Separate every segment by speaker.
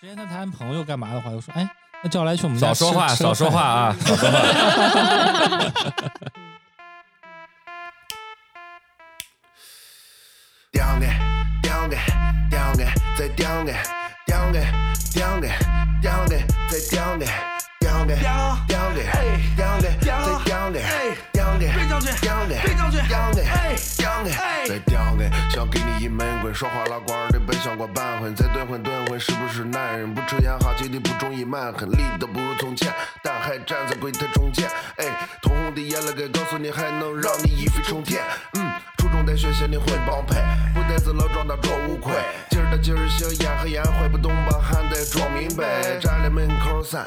Speaker 1: 之前在谈朋友干嘛的话，就说哎，那叫来去我们家
Speaker 2: 少说话，
Speaker 1: 吃
Speaker 2: 少说话。啊！少说话。
Speaker 3: 叼个叼个叼个再叼个叼个叼个叼个再叼个叼个叼个叼个再叼个叼个
Speaker 4: 飞上去
Speaker 3: 叼个
Speaker 4: 飞上去
Speaker 3: 叼个
Speaker 4: 哎
Speaker 3: 叼个
Speaker 4: 哎
Speaker 3: 再叼个，想给你一闷棍，说话拉呱儿的本想过半混，再炖混炖混是不是男人？不吃烟哈气的不中意慢，很力的不如从前，但还站在柜台中间，哎，通红的烟了该告诉你还能让你一飞冲天，嗯。初中在学习里混帮派，不带子老装大装无愧。今儿的今儿行，烟和烟坏不动吧，还得装明白。站在门口散，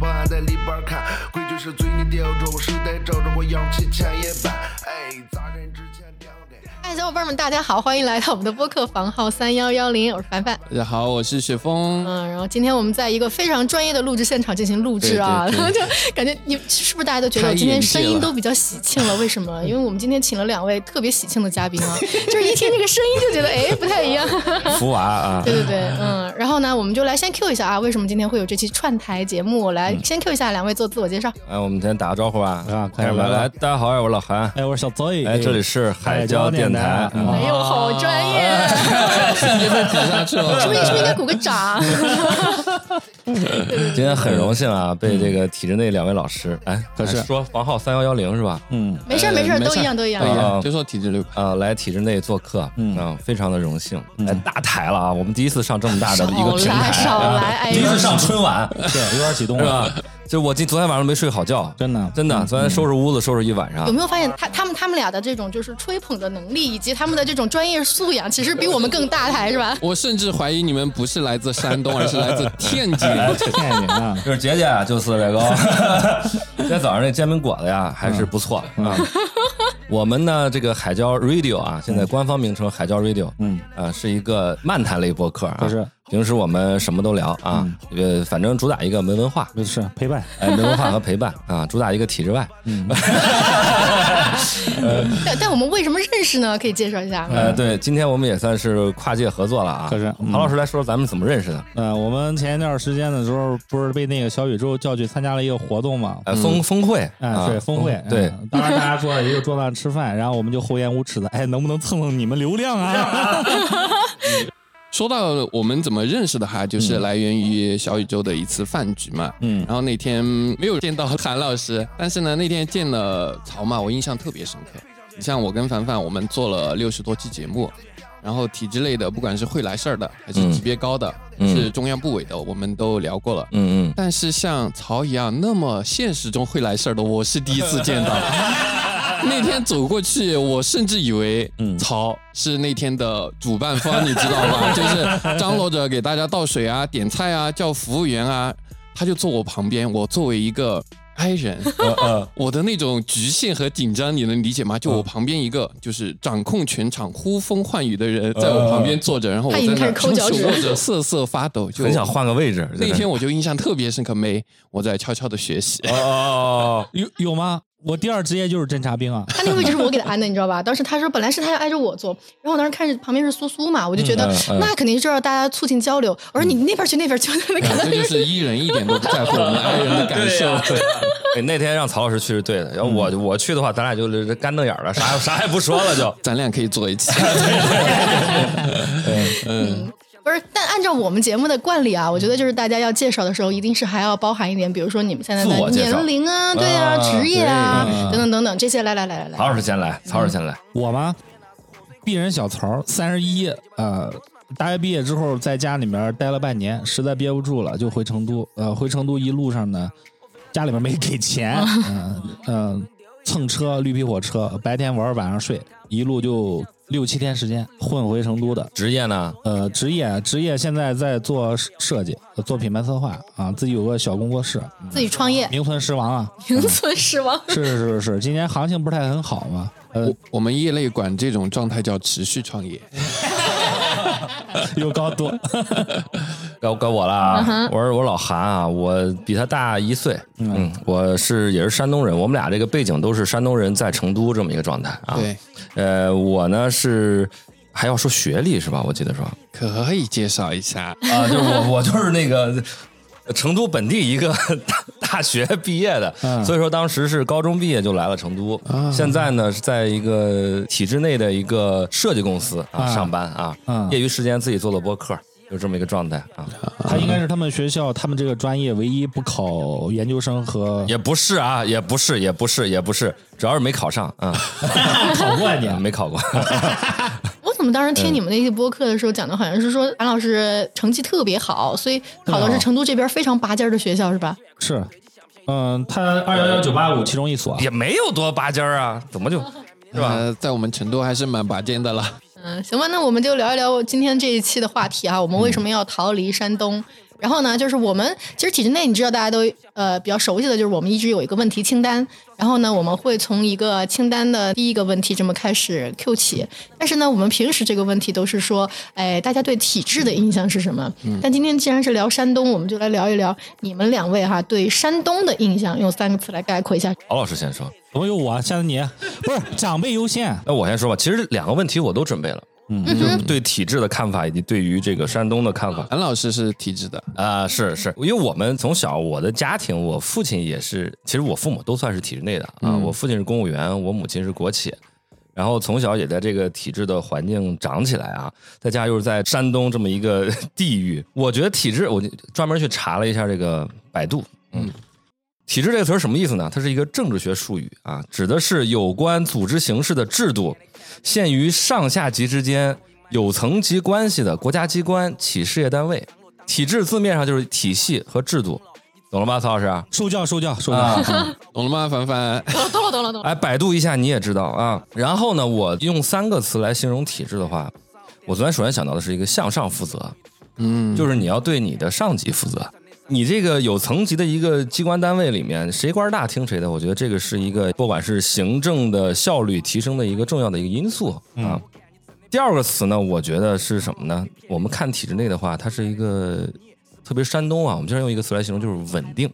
Speaker 3: 保安在里边看，规矩是嘴你叼着，时代照着我扬起前一半。哎，砸人之前叼的。
Speaker 5: 嗨，小伙伴们，大家好，欢迎来到我们的播客房号三幺幺零，我是凡凡。
Speaker 6: 大家好，我是雪峰。
Speaker 5: 嗯，然后今天我们在一个非常专业的录制现场进行录制啊，
Speaker 6: 对对
Speaker 5: 就感觉你是不是大家都觉得
Speaker 6: 开
Speaker 5: 我今天
Speaker 6: 眼界
Speaker 5: 声音
Speaker 6: 了
Speaker 5: 都比较喜庆了？为什么？因为我们今天请了两位特别喜庆的嘉宾 啊，就是一听这个声音就觉得哎不太一样。
Speaker 2: 福娃 啊，
Speaker 5: 对对对，嗯，然后呢，我们就来先 Q 一下啊，为什么今天会有这期串台节目？来，
Speaker 6: 嗯
Speaker 5: 先 Q 一下两位做自我介绍。
Speaker 2: 哎，我们先打个招呼吧。
Speaker 1: 啊快
Speaker 2: 来
Speaker 1: 点来
Speaker 2: 来
Speaker 1: 吧
Speaker 2: 来，大家好，我是老韩。
Speaker 1: 哎，我是小 Zoe，
Speaker 2: 哎，这里是海椒电台
Speaker 1: 海椒电台。
Speaker 6: 啊
Speaker 2: 嗯
Speaker 5: 哎呦，好专业， 是不是是不是应该鼓个掌？
Speaker 2: 今天很荣幸啊，被这个体制内两位老师，哎，
Speaker 6: 可是
Speaker 2: 哎说房号三幺幺零是吧？
Speaker 1: 嗯，
Speaker 5: 没事儿没事儿，
Speaker 6: 没事
Speaker 5: 都
Speaker 6: 儿
Speaker 5: 一样都一样
Speaker 6: 哎。呀
Speaker 2: 啊，
Speaker 6: 就说体制六，
Speaker 2: 啊，来体制内做客，
Speaker 1: 嗯
Speaker 2: 啊，非常的荣幸，来大台了啊，我们第一次上这么大的一个
Speaker 5: 少
Speaker 2: 平台，啊
Speaker 5: 来少来，哎
Speaker 2: 第一
Speaker 5: 呦
Speaker 2: 次，上春晚
Speaker 1: 对，有点激动
Speaker 2: 是
Speaker 1: 了，
Speaker 2: 吧？就我今昨天晚上没睡好觉，
Speaker 1: 真的
Speaker 2: 真的，昨天收拾屋子收拾一晚上
Speaker 5: 有，没有发现他他们他们俩的这种就是吹捧的能力，以及他们的这种专业素养，其实比我们更大台是吧？
Speaker 6: 我甚至怀疑你们不是来自山东，而是来自天 津。
Speaker 1: 太你啊！
Speaker 2: 就是姐姐啊就四十 来高，今天早上那煎饼果子呀还
Speaker 1: 嗯
Speaker 2: 是不错 啊。我们呢，这个海椒 Radio 啊，现在官方名称海椒 Radio，
Speaker 1: 嗯，
Speaker 2: 啊，是一个漫谈类播客啊。
Speaker 1: 就是嗯
Speaker 2: 平时我们什么都聊啊，呃，反正主打一个没文化，
Speaker 1: 就是陪伴，
Speaker 2: 哎，没文化和陪伴啊，主打一个体制外。
Speaker 1: 嗯
Speaker 5: 但但我们为什么认识呢？可以介绍一下。
Speaker 2: 呃，对，今天我们也算是跨界合作了啊。
Speaker 1: 可是嗯
Speaker 2: 郝老师来说说咱们怎么认识的？
Speaker 1: 呃，我们前一段时间的时候，不是被那个小宇宙叫去参加了一个活动嘛？
Speaker 2: 呃，峰峰会
Speaker 1: 哎，嗯对，峰会，
Speaker 2: 对
Speaker 1: 嗯当时大家坐在一个桌子上吃饭，然后我们就厚颜无耻的，哎，能不能蹭蹭你们流量啊？
Speaker 6: 说到我们怎么认识的哈，
Speaker 2: 嗯
Speaker 6: 就是来源于小宇宙的一次饭局嘛。
Speaker 1: 嗯
Speaker 6: 然后那天没有见到韩老师，但是呢，那天见了曹嘛，我印象特别深刻。你像我跟凡凡，我们做了六十多期节目，然后体制类的，不管是会来事儿的，还是
Speaker 2: 嗯
Speaker 6: 级别高的，
Speaker 2: 嗯
Speaker 6: 是中央部委的，我们都聊过了。
Speaker 2: 嗯嗯，
Speaker 6: 但是像曹一样那么现实中会来事儿的，我是第一次 见到。 那天走过去，我甚至以为曹是那天的主办方，你知 道吗？就是张罗着给大家倒水啊、点菜啊、叫服务员啊，他就坐我旁边。我作为一个 I 人，
Speaker 2: 呃
Speaker 6: 我的那种局限和紧张，你能理解
Speaker 5: 嗯
Speaker 6: 吗？就我旁边一个就是掌控全场、呼风唤雨的人，在我旁边坐着，然后我
Speaker 5: 他已经
Speaker 6: 在
Speaker 5: 开始抠
Speaker 6: 那双
Speaker 5: 脚
Speaker 6: 手
Speaker 5: 趾
Speaker 6: 握着，瑟瑟发抖，就
Speaker 2: 很想换个位置。
Speaker 6: 那天我就印象特别深刻，没我在悄悄的学习。
Speaker 2: 哦哦
Speaker 1: 有有吗？我第二职业就是侦察兵啊。
Speaker 5: 他那个位置是我给他安的，你知道吧？当时他说本来是他要挨着我坐，然后我当时看着旁边是苏苏嘛，我就觉得
Speaker 2: 嗯嗯嗯
Speaker 5: 那肯定是要大家促进交流。我说你那边去那边去，那看到
Speaker 2: 嗯
Speaker 6: 这就是伊人一点都不在乎我们爱人的感受。
Speaker 2: 哎，那天让曹老师去是对的，要我我去的话，咱俩就是干瞪眼儿了，啥 啥也不说了就。
Speaker 6: 咱俩可以做一期，
Speaker 5: 不是，但按照我们节目的惯例啊，我觉得就是大家要介绍的时候，一定是还要包含一点，比如说你们现在
Speaker 2: 自我
Speaker 5: 的
Speaker 2: 介绍
Speaker 5: 年龄啊，对啊，
Speaker 2: 啊
Speaker 5: 职业啊
Speaker 2: 对，
Speaker 5: 等等等等这些。来来来来来，
Speaker 2: 曹老师先来，曹老师先来。
Speaker 1: 我吗？鄙人小曹，三十一，呃，大学毕业之后在家里面待了半年，实在憋不住了，就回成都。呃，回成都一路上呢，家里面没给钱，嗯、嗯、蹭车绿皮火车，白天玩晚上睡，一路就六七天时间混回成都的。
Speaker 2: 职业呢？
Speaker 1: 呃，职业职业现在在做设计，呃做品牌策划啊，自己有个小工作室，
Speaker 5: 自己创业，
Speaker 1: 名存实亡啊。
Speaker 5: 名存实亡。
Speaker 2: 嗯
Speaker 1: 是是是是，今年行情不是太很好嘛， 呃
Speaker 6: 我，我们业内管这种状态叫持续创业。
Speaker 1: 又高度。
Speaker 2: 该该我了啊！我是我是老韩啊，我比他大一岁，嗯，我是也是山东人，我们俩这个背景都是山东人在成都这么一个状态啊。
Speaker 6: 对，
Speaker 2: 呃，我呢是还要说学历是吧？我记得说啊，
Speaker 6: 可以介绍一下，
Speaker 2: 就是我我就是那个成都本地一个 大大学毕业的，
Speaker 1: 嗯啊
Speaker 2: 所以说当时是高中毕业就来了成都，现在呢是在一个体制内的一个设计公司啊
Speaker 1: 啊
Speaker 2: 上班啊，
Speaker 1: 嗯
Speaker 2: 业余时间自己做做播客，就这么一个状态啊，
Speaker 1: 他应该是他们学校他们这个专业唯一不考研究生和
Speaker 2: 也不是啊，也不是，也不是，也不是，主要是没考上啊，
Speaker 1: 考过你啊
Speaker 2: 没考过。
Speaker 5: 我怎么当时
Speaker 2: 嗯
Speaker 5: 听你们那些播客的时候讲的好像是说韩老师成绩特别好，所以考
Speaker 2: 嗯
Speaker 5: 的是成都这边非常拔尖儿的学校是吧？
Speaker 1: 是，嗯，他二幺幺九八五其中一所，
Speaker 2: 也没有多拔尖儿啊，怎么就
Speaker 1: 嗯
Speaker 2: 是吧？
Speaker 6: 呃，在我们成都还是蛮拔尖的了。
Speaker 5: 嗯，行吧，那我们就聊一聊今天这一期的话题啊，我们为什么要逃离山东？然后呢，就是我们其实体制内，你知道大家都呃比较熟悉的就是我们一直有一个问题清单，然后呢，我们会从一个清单的第一个问题这么开始 Q 起。但是呢，我们平时这个问题都是说，哎，大家对体制的印象是什么？但今天既然是聊山东，我们就来聊一聊你们两位哈对山东的印象，用三个词来概括一下。
Speaker 2: 敖老师先说，
Speaker 1: 怎么有哎我？下次你不是长辈优先，
Speaker 2: 那我先说吧。其实两个问题我都准备了，嗯，就是对体制的看法以及对于这个山东的看法。
Speaker 6: 韩老师是体制的，
Speaker 2: 啊、是是，因为我们从小我的家庭，我父亲也是，其实我父母都算是体制内的啊、我父亲是公务员，我母亲是国企，然后从小也在这个体制的环境长起来啊，再加上又是在山东这么一个地域， 我觉得体制，我就专门去查了一下这个百度，嗯。体制这个词儿什么意思呢？它是一个政治学术语啊，指的是有关组织形式的制度，限于上下级之间有层级关系的国家机关、企事业单位。体制字面上就是体系和制度，懂了吧，曹老师？
Speaker 1: 受教受教受教。
Speaker 2: 啊，
Speaker 6: 懂了吗，凡凡？
Speaker 5: 懂了，懂了，懂了。
Speaker 2: 哎，百度一下你也知道啊。然后呢，我用三个词来形容体制的话，我昨天首先想到的是一个向上负责，
Speaker 6: 嗯，
Speaker 2: 就是你要对你的上级负责。你这个有层级的一个机关单位里面，谁官儿大听谁的，我觉得这个是一个不管是行政的效率提升的一个重要的一个因素啊。第二个词呢，我觉得是什么呢？我们看体制内的话，它是一个特别山东啊，我们经常用一个词来形容，就是稳定。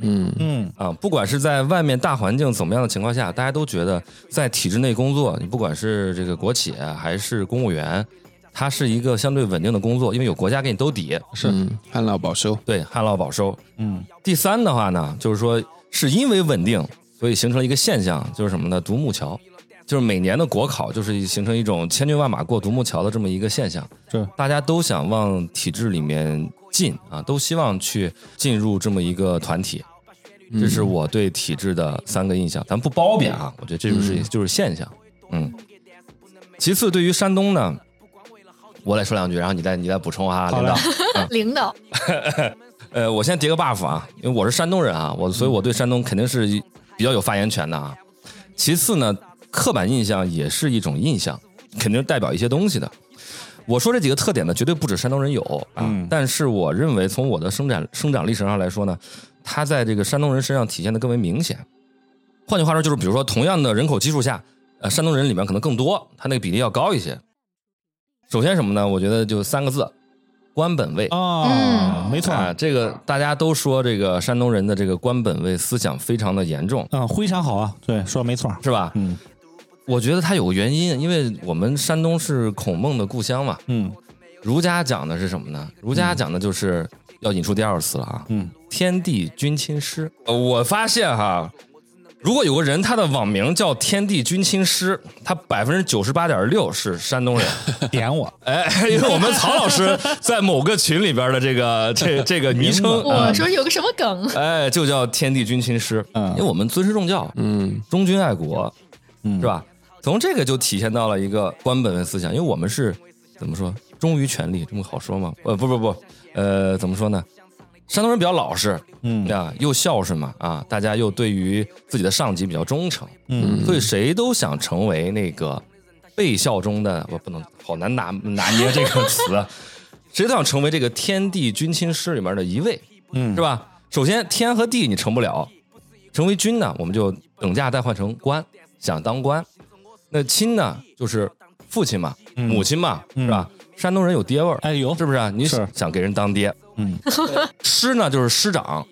Speaker 6: 嗯，
Speaker 1: 嗯，
Speaker 2: 啊，不管是在外面大环境怎么样的情况下，大家都觉得在体制内工作，你不管是这个国企还是公务员，它是一个相对稳定的工作，因为有国家给你兜底，
Speaker 1: 是
Speaker 6: 嗯旱涝保收。
Speaker 2: 对，旱涝保收。
Speaker 1: 嗯，
Speaker 2: 第三的话呢，就是说是因为稳定，所以形成了一个现象，就是什么呢？独木桥，就是每年的国考就是形成一种千军万马过独木桥的这么一个现象。
Speaker 1: 是
Speaker 2: 大家都想往体制里面进啊，都希望去进入这么一个团体。
Speaker 1: 嗯
Speaker 2: 这是我对体制的三个印象，咱不褒贬啊，我觉得这就是、就是现象。嗯，其次对于山东呢，我来说两句，然后你再你再补充啊，
Speaker 1: 好
Speaker 2: 领导
Speaker 1: 嘞。
Speaker 5: 领导，
Speaker 2: 呃，我先叠个 buff 啊，因为我是山东人啊，我所以我对山东肯定是比较有发言权的啊。其次呢，刻板印象也是一种印象，肯定代表一些东西的。我说这几个特点呢，绝对不止山东人有啊，但是我认为从我的生长生长历程上来说呢，它在这个山东人身上体现的更为明显。换句话说，就是比如说同样的人口基数下，呃，山东人里面可能更多，它那个比例要高一些。首先什么呢？我觉得就三个字，官本位。
Speaker 1: 哦，
Speaker 5: 嗯
Speaker 1: 没错，
Speaker 2: 啊，这个大家都说这个山东人的这个官本位思想非常的严重，
Speaker 1: 嗯，非常好啊，对，说的 没错，
Speaker 2: 是吧？
Speaker 1: 嗯
Speaker 2: 我觉得它有个原因，因为我们山东是孔孟的故乡嘛。
Speaker 1: 嗯
Speaker 2: 儒家讲的是什么呢？儒家讲的就是要引出第二次了啊，
Speaker 1: 嗯，
Speaker 2: 天地君亲师。呃我发现哈，如果有个人他的网名叫天地君亲师，他百分之九十八点六是 山东人。
Speaker 1: 点我，
Speaker 2: 哎，因为我们曹老师在某个群里边的这个这这个 昵称，啊
Speaker 5: 我说有个什么梗？
Speaker 2: 哎，就叫天地君亲师，
Speaker 1: 嗯
Speaker 2: 因为我们尊师重教，
Speaker 6: 嗯，
Speaker 2: 忠君爱国，
Speaker 1: 嗯
Speaker 2: 是？吧？从这个就体现到了一个官本位思想，因为我们是怎么说忠于权力，这么好说吗？呃，不不不，呃，怎么说呢？山东人比较老实，
Speaker 1: 嗯
Speaker 2: 啊，又孝顺嘛，啊，大家又对于自己的上级比较忠诚，
Speaker 1: 嗯，
Speaker 2: 所以谁都想成为那个被效忠的，我不能好难拿拿捏这个词啊，谁都想成为这个天地君亲师里面的一位，
Speaker 1: 嗯
Speaker 2: 是吧？首先天和地你成不了，成为君呢，我们就等价代换成官，想当官。那亲呢，就是父亲嘛，
Speaker 1: 嗯
Speaker 2: 母亲嘛，
Speaker 1: 嗯
Speaker 2: 是吧？山东人有爹味儿，
Speaker 1: 哎有
Speaker 2: 是不是啊？你
Speaker 1: 是
Speaker 2: 想给人当爹，
Speaker 1: 嗯
Speaker 2: 师呢就是师长，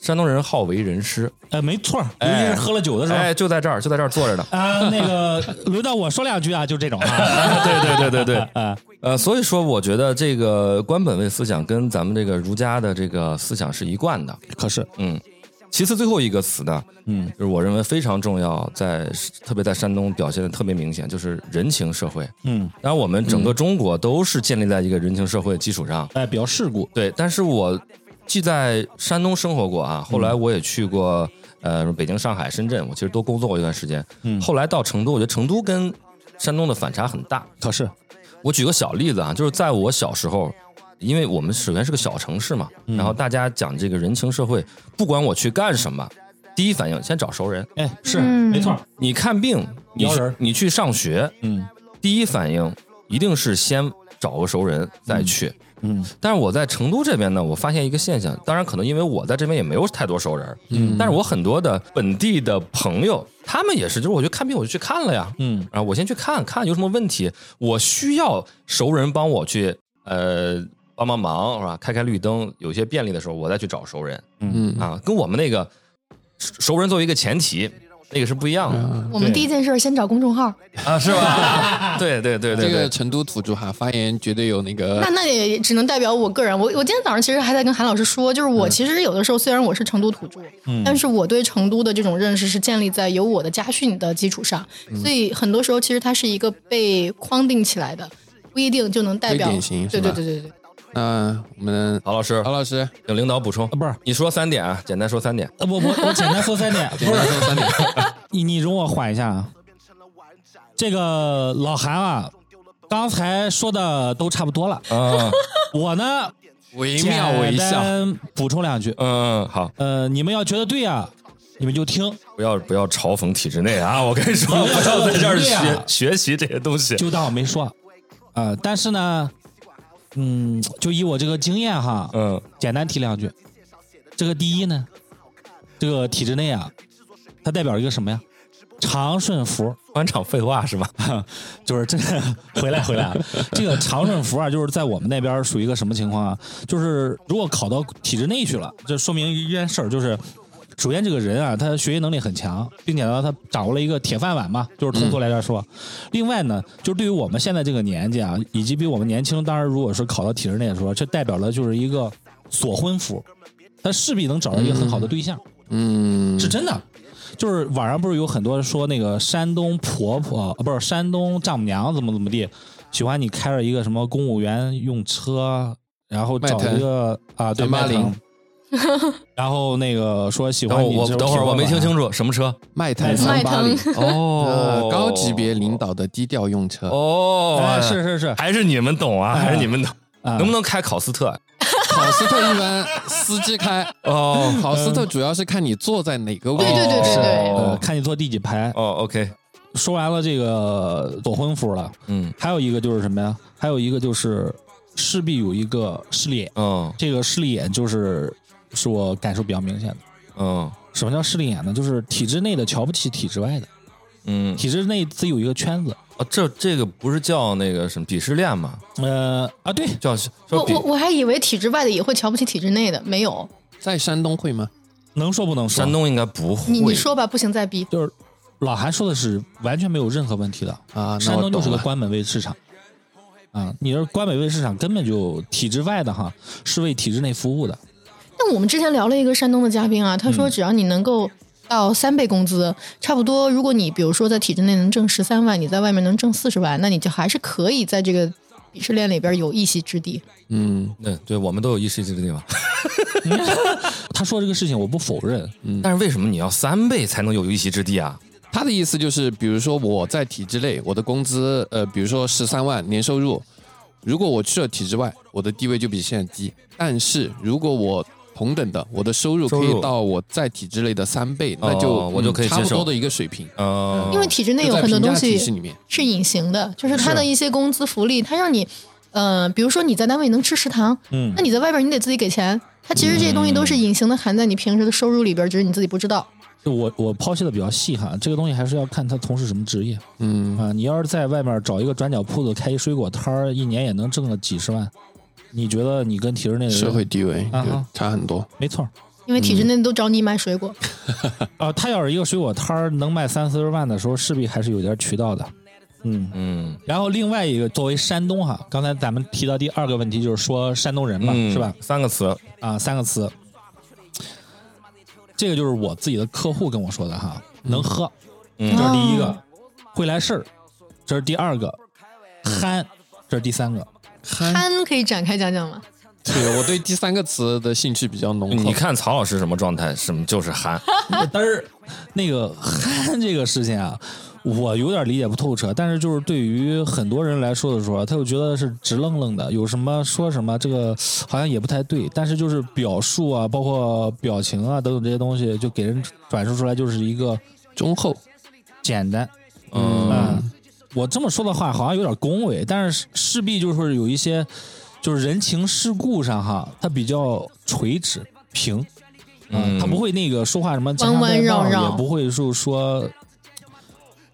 Speaker 2: 山东人好为人师，
Speaker 1: 呃，没错儿，尤其是喝了酒的时候。
Speaker 2: 哎，就在这儿，就在这儿坐着呢。
Speaker 1: 啊，那个轮到我说两句啊，就这种 啊，
Speaker 2: 对对对对对，
Speaker 1: 啊，
Speaker 2: 呃，所以说我觉得这个官本位思想跟咱们这个儒家的这个思想是一贯的。
Speaker 1: 可是，
Speaker 2: 嗯，其次最后一个词呢，
Speaker 1: 嗯，
Speaker 2: 就是我认为非常重要，在特别在山东表现的特别明显，就是人情社会。
Speaker 1: 嗯，
Speaker 2: 当然，我们整个中国都是建立在一个人情社会的基础上。
Speaker 1: 哎，比较世故，
Speaker 2: 对，但是我既在山东生活过啊，
Speaker 1: 嗯
Speaker 2: 后来我也去过呃北京、上海、深圳，我其实都工作过一段时间。
Speaker 1: 嗯
Speaker 2: 后来到成都，我觉得成都跟山东的反差很大。
Speaker 1: 可是，
Speaker 2: 我举个小例子啊，就是在我小时候，因为我们首先是个小城市嘛，
Speaker 1: 嗯
Speaker 2: 然后大家讲这个人情社会，不管我去干什么，第一反应先找熟人。
Speaker 1: 哎，是
Speaker 5: 嗯
Speaker 1: 没错儿，
Speaker 2: 你看病，你
Speaker 1: 摇人
Speaker 2: 去
Speaker 1: 儿
Speaker 2: 你去上学，
Speaker 1: 嗯
Speaker 2: 第一反应一定是先找个熟人再去。
Speaker 1: 嗯
Speaker 2: 但是我在成都这边呢，我发现一个现象，当然可能因为我在这边也没有太多熟人，嗯，但是我很多的本地的朋友，他们也是，就是我去看病我就去看了呀，
Speaker 1: 嗯，
Speaker 2: 啊，我先去看看有什么问题，我需要熟人帮我去呃帮帮忙是吧？开开绿灯，有些便利的时候我再去找熟人
Speaker 6: 嗯，
Speaker 2: 啊，跟我们那个熟熟人作为一个前提，那个是不一样的
Speaker 5: 我们第一件事儿先找公众号，
Speaker 2: 啊，是吧？ 对对对对
Speaker 6: 这
Speaker 2: 对
Speaker 6: 个，成都土著哈发言绝对有那
Speaker 5: 那
Speaker 6: 个，
Speaker 5: 那也只能代表我个人。我我今天早上其实还在跟韩老师说，就是
Speaker 6: 嗯
Speaker 5: 我其实有的时候虽然我是成都土著，但是我对成都的这种认识是建立在有我的家训的基础上，
Speaker 6: 嗯
Speaker 5: 所以很多时候其实它是一个被框定起来的，不一定就能代表。
Speaker 6: 非典型
Speaker 5: 对
Speaker 6: 是吧
Speaker 5: 对对对对。
Speaker 6: 那呃我们
Speaker 2: 郝老师
Speaker 6: 郝，老师，
Speaker 2: 请领导补充，
Speaker 1: 不是
Speaker 2: 你说三点啊，简单说三点，
Speaker 1: 呃，我我我简单说三点，
Speaker 6: 简单说三点，
Speaker 1: 你你容我缓一下啊。这个老韩啊，刚才说的都差不多了，
Speaker 2: 啊，
Speaker 1: 我呢
Speaker 6: 惟
Speaker 1: 简
Speaker 6: 妙惟肖，
Speaker 1: 单补充两句。
Speaker 2: 嗯，好，
Speaker 1: 呃，你们要觉得对啊，你们就听，
Speaker 2: 不要不要嘲讽体制内啊，我跟你说，不要在这儿
Speaker 1: 对
Speaker 2: 学
Speaker 1: 啊
Speaker 2: 学习这些东西，
Speaker 1: 就当我没说。呃，但是呢，嗯，就以我这个经验哈，
Speaker 2: 嗯
Speaker 1: 简单提两句。这个第一呢，这个体制内啊，它代表一个什么呀？长顺服，
Speaker 2: 官场废话是吧？
Speaker 6: 啊
Speaker 1: 就是这个 回来回来啊，这个长顺服啊，就是在我们那边属于一个什么情况啊？就是如果考到体制内去了，这说明一件事儿，就是首先这个人啊，他学习能力很强，并且呢，他掌握了一个铁饭碗嘛，就是通俗来这儿说。另外呢，就是对于我们现在这个年纪啊，以及比我们年轻，当然如果是考到体制内的时候，这代表了就是一个锁婚服，他势必能找到一个很好的对象。
Speaker 6: 嗯，
Speaker 1: 是真的。就是网上不是有很多说那个山东婆婆，呃、不是山东丈母娘怎么怎么地，喜欢你开着一个什么公务员用车，然后找
Speaker 6: 迈腾
Speaker 1: 一个啊对迈
Speaker 6: 380
Speaker 1: 腾，然后那个说喜
Speaker 2: 等
Speaker 1: 欢
Speaker 2: 我
Speaker 1: 你这
Speaker 2: 我
Speaker 1: 种
Speaker 2: 等会儿
Speaker 1: 铁
Speaker 2: 我
Speaker 1: 饭
Speaker 2: 没听
Speaker 1: 碗
Speaker 2: 清楚什么车
Speaker 6: 迈腾三
Speaker 5: 迈
Speaker 6: 八
Speaker 5: 腾
Speaker 6: 零，
Speaker 2: 哦
Speaker 6: 呃，高级别领导的低调用车，
Speaker 2: 哦，
Speaker 1: 哎是是是
Speaker 2: 还是你们懂啊，还是你们懂，
Speaker 1: 啊
Speaker 2: 能不能开考斯特？
Speaker 6: 考斯特一般司机开，
Speaker 2: 哦
Speaker 6: 考斯特主要是看你坐在哪个位
Speaker 5: 对
Speaker 6: 置，
Speaker 5: 对对对对
Speaker 1: 呃
Speaker 2: 哦
Speaker 1: 看你坐第几排。
Speaker 2: 哦，OK，
Speaker 1: 说完了这个躲婚服了，
Speaker 2: 嗯
Speaker 1: 还有一个就是什么呀？还有一个就是势必有一个势利眼，
Speaker 2: 嗯
Speaker 1: 这个势利眼就是是我感受比较明显的。
Speaker 2: 嗯
Speaker 1: 什么叫势利眼呢？就是体制内的瞧不起体制外的，
Speaker 2: 嗯，
Speaker 1: 体制内自己有一个圈子。
Speaker 2: 哦，这这个不是叫那个什么鄙视链吗？
Speaker 1: 呃啊，对，
Speaker 2: 叫说
Speaker 5: 我我
Speaker 2: 鄙
Speaker 5: 我还以为体制外的也会瞧不起体制内的，没有，
Speaker 6: 在山东会吗？
Speaker 1: 能说不能说？
Speaker 2: 山东应该不会，
Speaker 5: 你你说吧，不行再逼。
Speaker 1: 就是老韩说的是完全没有任何问题的。
Speaker 6: 啊，那
Speaker 1: 山
Speaker 6: 我
Speaker 1: 东就
Speaker 6: 懂
Speaker 1: 是个
Speaker 6: 了。
Speaker 1: 官本位市场啊，你这官本位市场根本就体制外的哈，是为体制内服务的。
Speaker 5: 但我们之前聊了一个山东的嘉宾啊，他
Speaker 6: 嗯
Speaker 5: 说只要你能够到三倍工资，差不多，如果你比如说在体制内能挣十三万，你在外面能挣四十万，那你就还是可以在这个鄙视链里边有一席之地。
Speaker 6: 嗯，
Speaker 2: 对对，我们都有意识这个地方，
Speaker 1: 他说这个事情我不否认，
Speaker 2: 但是为什么你要三倍才能有一席之地啊？
Speaker 6: 他的意思就是，比如说我在体制内，我的工资呃，比如说十三万年收入，如果我去了体制外，我的地位就比现在低。但是如果我同等的，我的收入可
Speaker 2: 收入
Speaker 6: 以到我在体制内的三倍，那就、
Speaker 2: 哦我就可以
Speaker 6: 嗯差不
Speaker 2: 接受
Speaker 6: 多的一个水平。
Speaker 2: 嗯，
Speaker 5: 因为体制内
Speaker 6: 哦就
Speaker 5: 有
Speaker 6: 在
Speaker 5: 很多
Speaker 6: 评价
Speaker 5: 东西
Speaker 6: 体系里面，
Speaker 5: 是隐形的，就是它的一些工资福利，它让你，呃，比如说你在单位能吃食堂，
Speaker 1: 嗯
Speaker 5: 那你在外边你得自己给钱。它其实这些东西都是隐形的，含在你平时的收入里边，只是你自己不知道。
Speaker 1: 就我我剖析的比较细哈，这个东西还是要看他从事什么职业
Speaker 6: 嗯，
Speaker 1: 啊。你要是在外面找一个转角铺子开一水果摊儿，一年也能挣个几十万，你觉得你跟体制内的人
Speaker 6: 社会地位
Speaker 1: 啊
Speaker 6: 就
Speaker 1: 哈
Speaker 6: 差很多。
Speaker 1: 没错儿，
Speaker 5: 因为体
Speaker 6: 嗯
Speaker 5: 制内都找你买水果。
Speaker 1: 啊，他要是一个水果摊儿能卖三四十万的时候，势必还是有点渠道的。嗯，
Speaker 2: 嗯
Speaker 1: 然后另外一个，作为山东哈，刚才咱们提到第二个问题就是说山东人嘛，
Speaker 2: 嗯，
Speaker 1: 是吧？？
Speaker 2: 三个词，
Speaker 1: 啊，三个词，这个就是我自己的客户跟我说的哈，能喝，
Speaker 2: 嗯
Speaker 1: 这是第一
Speaker 5: 哦
Speaker 1: 个，会来事儿，这是第二个，憨，这是第三个。
Speaker 6: 嗯
Speaker 5: 憨可以展开讲讲吗？
Speaker 6: 对我对第三个词的兴趣比较浓厚。
Speaker 2: 你看曹老师什么状态？什么就是 憨，
Speaker 1: 嘚儿，那个憨这个事情啊，我有点理解不透彻，但是就是对于很多人来说的时候啊，他就觉得是直愣愣的，有什么说什么，这个好像也不太对。但是就是表述啊，包括表情啊等等这些东西，就给人转述出来就是一个
Speaker 6: 忠厚，
Speaker 1: 简单。
Speaker 2: 嗯，
Speaker 1: 嗯，我这么说的话好像有点恭维，但是势必就是说有一些就是人情世故上哈，他比较垂直平，啊
Speaker 2: 嗯
Speaker 1: 他不会那个说话什么
Speaker 5: 弯弯
Speaker 1: 夹夹
Speaker 5: 绕
Speaker 1: 带带
Speaker 5: 绕
Speaker 1: 也不会说说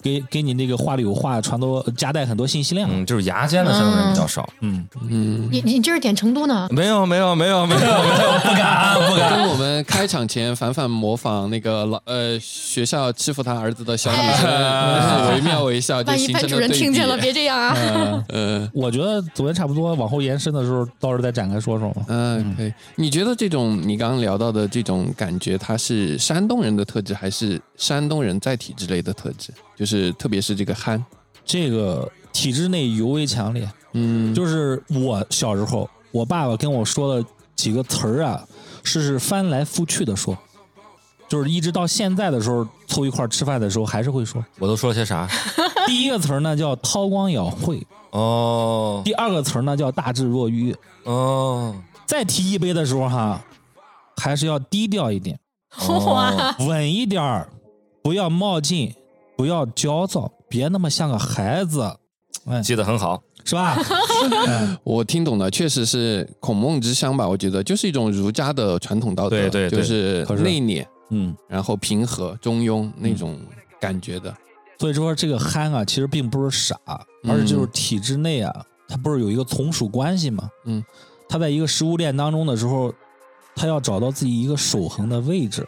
Speaker 1: 给给你那个话里有话，传多呃夹带很多信息量。
Speaker 2: 嗯，就是牙尖的山东人比较少。
Speaker 1: 嗯，
Speaker 6: 嗯，
Speaker 5: 你你这是点成都呢？
Speaker 2: 没有，没有，没有，没有， 没有，不敢，不敢。
Speaker 6: 跟我们开场前反反模仿那个老呃学校欺负他儿子的小女生
Speaker 2: 哎
Speaker 6: 惟妙惟肖，就
Speaker 5: 万一
Speaker 6: 形
Speaker 5: 班
Speaker 6: 成
Speaker 5: 主
Speaker 6: 了
Speaker 5: 任
Speaker 6: 对
Speaker 5: 听见了，
Speaker 6: 比。
Speaker 5: 别这样啊！
Speaker 6: 嗯
Speaker 1: 我觉得昨天差不多，往后延伸的时候，到时候再展开说说嘛。
Speaker 6: 嗯，可以。你觉得这种你刚刚聊到的这种感觉，它是山东人的特质，还是山东人在体制内的特质？就是特别是这个憨，
Speaker 1: 这个体制内尤为强烈，
Speaker 6: 嗯，
Speaker 1: 就是我小时候，我爸爸跟我说的几个词儿啊，是是翻来覆去的说，就是一直到现在的时候，凑一块儿吃饭的时候还是会说。
Speaker 2: 我都说些啥？
Speaker 1: 第一个词儿呢叫韬光养晦，
Speaker 2: 哦，
Speaker 1: 第二个词儿呢叫大智若愚。
Speaker 2: 哦，
Speaker 1: 再提一杯的时候哈，还是要低调一点，
Speaker 5: 哇，
Speaker 1: 稳一点儿，不要冒进，不要焦躁，别那么像个孩子，哎，
Speaker 2: 记得很好。
Speaker 1: 是 吧？
Speaker 6: 我听懂了，确实是孔孟之乡吧？我觉得就是一种儒家的传统道德，
Speaker 2: 对对对
Speaker 6: 就是
Speaker 1: 可是
Speaker 6: 内敛，
Speaker 1: 嗯，
Speaker 6: 然后平和、中庸那种感觉的。
Speaker 1: 所以说这个憨啊，其实并不是傻，
Speaker 6: 嗯
Speaker 1: 而是就是体制内啊，它不是有一个从属关系吗？
Speaker 6: 嗯，
Speaker 1: 他在一个食物链当中的时候，他要找到自己一个守恒的位置，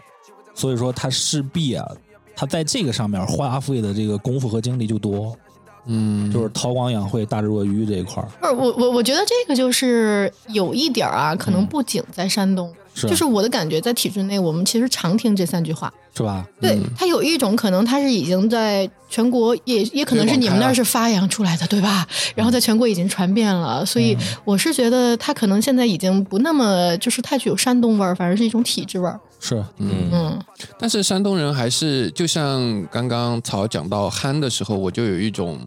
Speaker 1: 所以说他势必啊，他在这个上面花费的这个功夫和精力就多，
Speaker 6: 嗯，
Speaker 1: 就是韬光养晦、大智若愚这一
Speaker 6: 哦
Speaker 1: 块儿。
Speaker 5: 不是我我我觉得这个就是有一点儿啊，可
Speaker 6: 嗯
Speaker 5: 能不仅在山东，
Speaker 1: 是
Speaker 5: 就是我的感觉，在体制内我们其实常听这三句话。
Speaker 1: 是吧？
Speaker 5: 对，
Speaker 6: 嗯
Speaker 5: 它有一种可能，它是已经在全国也也可能是你们那儿是发扬出来的，对吧？然后在全国已经传遍了，所以
Speaker 6: 嗯
Speaker 5: 我是觉得它可能现在已经不那么就是太具有山东味儿，反而是一种体制味儿。
Speaker 1: 是，
Speaker 2: 嗯
Speaker 5: 嗯，
Speaker 6: 但是山东人还是就像刚刚曹讲到憨的时候，我就有一种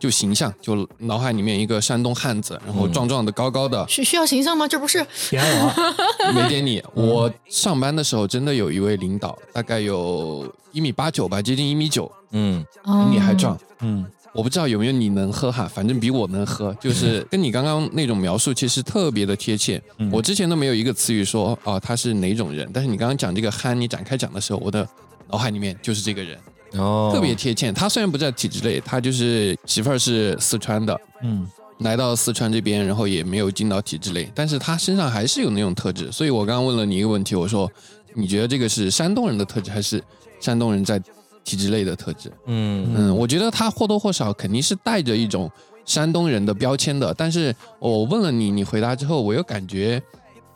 Speaker 6: 就形象，就脑海里面一个山东汉子，然后壮壮的、高高的，
Speaker 5: 需需要形象吗？这不是
Speaker 1: 点我
Speaker 6: 没点你。我上班的时候真的有一位领导，大概有一米八九吧，接近一米九，
Speaker 2: 嗯
Speaker 6: 比
Speaker 5: 嗯
Speaker 6: 你还壮。
Speaker 1: 嗯，
Speaker 6: 我不知道有没有你能喝哈，反正比我能喝，就是跟你刚刚那种描述其实特别的贴切。我之前都没有一个词语说啊、他是哪种人，但是你刚刚讲这个憨，你展开讲的时候，我的脑海里面就是这个人。
Speaker 2: 哦，
Speaker 6: 特别贴切。他虽然不在体制内，他就是媳妇儿是四川的，
Speaker 1: 嗯，
Speaker 6: 来到四川这边，然后也没有进到体制内，但是他身上还是有那种特质。所以我刚刚问了你一个问题，我说你觉得这个是山东人的特质，还是山东人在体制内的特质？
Speaker 2: 嗯
Speaker 6: 嗯，我觉得他或多或少肯定是带着一种山东人的标签的。但是我问了你，你回答之后，我又感觉，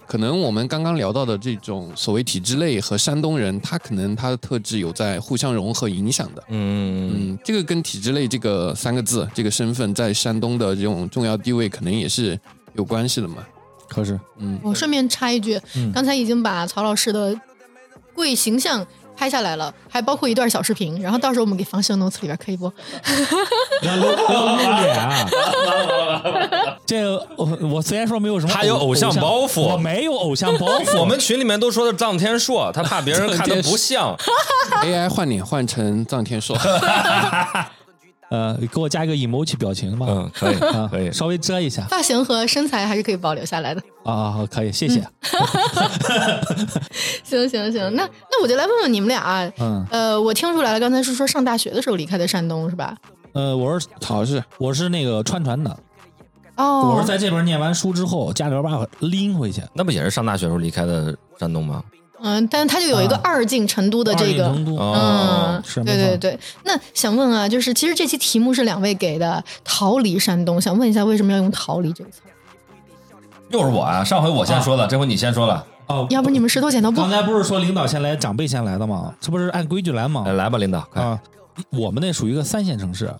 Speaker 6: 可能我们刚刚聊到的这种所谓体制内和山东人，他可能他的特质有在互相融合影响的。
Speaker 2: 嗯
Speaker 6: 嗯，这个跟体制内这个三个字，这个身份在山东的这种重要地位，可能也是有关系的嘛。
Speaker 1: 可是
Speaker 6: 嗯，
Speaker 5: 我顺便插一句，
Speaker 1: 嗯
Speaker 5: 刚才已经把曹老师的贵形象拍下来了，还包括一段小视频，然后到时候我们给放秀 notes 里边可以不？
Speaker 1: 要露要露脸啊！这个我我虽然说没有什么，
Speaker 2: 他有偶像包袱
Speaker 1: 我没有偶像包袱。
Speaker 2: 我们群里面都说的臧天朔，他怕别人看的不像。
Speaker 6: AI 换脸换成臧天朔，
Speaker 1: 呃，给我加一个 emoji 表情吧。
Speaker 2: 嗯， 可以，
Speaker 1: 啊，
Speaker 2: 可以。
Speaker 1: 稍微遮一下
Speaker 5: 发型和身材还是可以保留下来的。
Speaker 1: 啊啊，好，可以，谢谢。
Speaker 5: 行行行，那那我就来问问你们俩啊，
Speaker 1: 嗯，
Speaker 5: 呃，我听出来了，刚才是说上大学的时候离开的山东是吧？
Speaker 1: 呃，我是
Speaker 6: 曹是
Speaker 1: 我是那个川传的，
Speaker 5: 哦，
Speaker 1: 我是在这边念完书之后，家里边把我拎回去。
Speaker 2: 那不也是上大学时候离开的山东吗？
Speaker 5: 嗯，但它就有一个
Speaker 1: 啊
Speaker 5: 二进成都的这
Speaker 1: 二里
Speaker 5: 个
Speaker 1: 成。都
Speaker 2: 哦
Speaker 5: 嗯，
Speaker 1: 是
Speaker 5: 对
Speaker 1: 没
Speaker 5: 对
Speaker 1: 错
Speaker 5: 对。那想问啊，就是其实这期题目是两位给的“逃离山东”，想问一下为什么要用“逃离”这个词？
Speaker 2: 又是我啊！上回我先说了，这回你先说了，
Speaker 1: 哦，
Speaker 5: 要不你们石头剪刀布
Speaker 1: 刚？才不是说领导先来，长辈先来的吗？这不是按规矩来吗
Speaker 2: 哎？来吧，领导，快！
Speaker 1: 啊，我们那属于一个三线城市，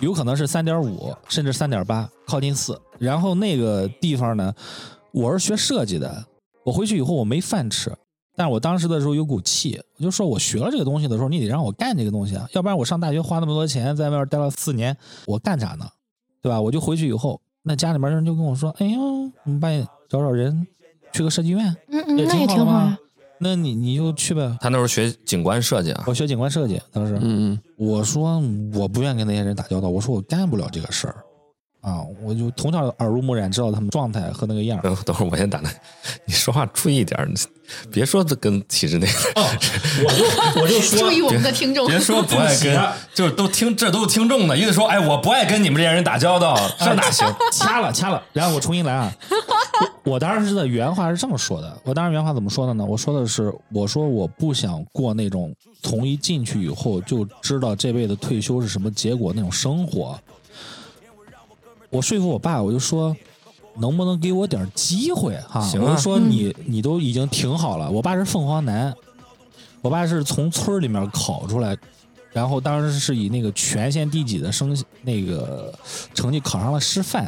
Speaker 1: 有可能是三点五甚至三点八，靠近四。然后那个地方呢，我是学设计的，我回去以后我没饭吃，但是我当时的时候有股气，我就说我学了这个东西的时候，你得让我干这个东西啊，要不然我上大学花那么多钱在外面待了四年，我干啥呢？对吧？我就回去以后，那家里面人就跟我说：“哎呦，我们帮你找找人，去个设计院，
Speaker 5: 嗯嗯，
Speaker 1: 也
Speaker 5: 那也
Speaker 1: 挺
Speaker 5: 挺
Speaker 1: 好
Speaker 5: 好
Speaker 1: 的嘛
Speaker 5: 呀。
Speaker 1: 那你你就去呗。
Speaker 2: 他那时候学景观设计啊”，
Speaker 1: 我学景观设计，当时，
Speaker 6: 嗯
Speaker 1: 我说我不愿意跟那些人打交道，我说我干不了这个事儿啊，我就从小耳濡目染，知道他们状态和那个样儿。
Speaker 2: 等 等会儿我先打断，你说话注意点儿，你别说这跟体制内，
Speaker 1: 我就
Speaker 5: 注意我们的听众，
Speaker 2: 别说不爱跟，就是都听这都是听众的，意思说，哎，我不爱跟你们这些人打交道， 这哪行？
Speaker 1: 掐了掐了，然后我重新来啊。我我当时的原话是这么说的，我当时原话怎么说的呢？我说的是，我说我不想过那种从一进去以后就知道这辈子退休是什么结果那种生活。我说服我爸，我就说。能不能给我点儿机会哈、
Speaker 2: 行啊
Speaker 1: 我就说你你都已经挺好了。我爸是凤凰男，我爸是从村儿里面考出来，然后当时是以那个全县第几的升那个成绩考上了师范，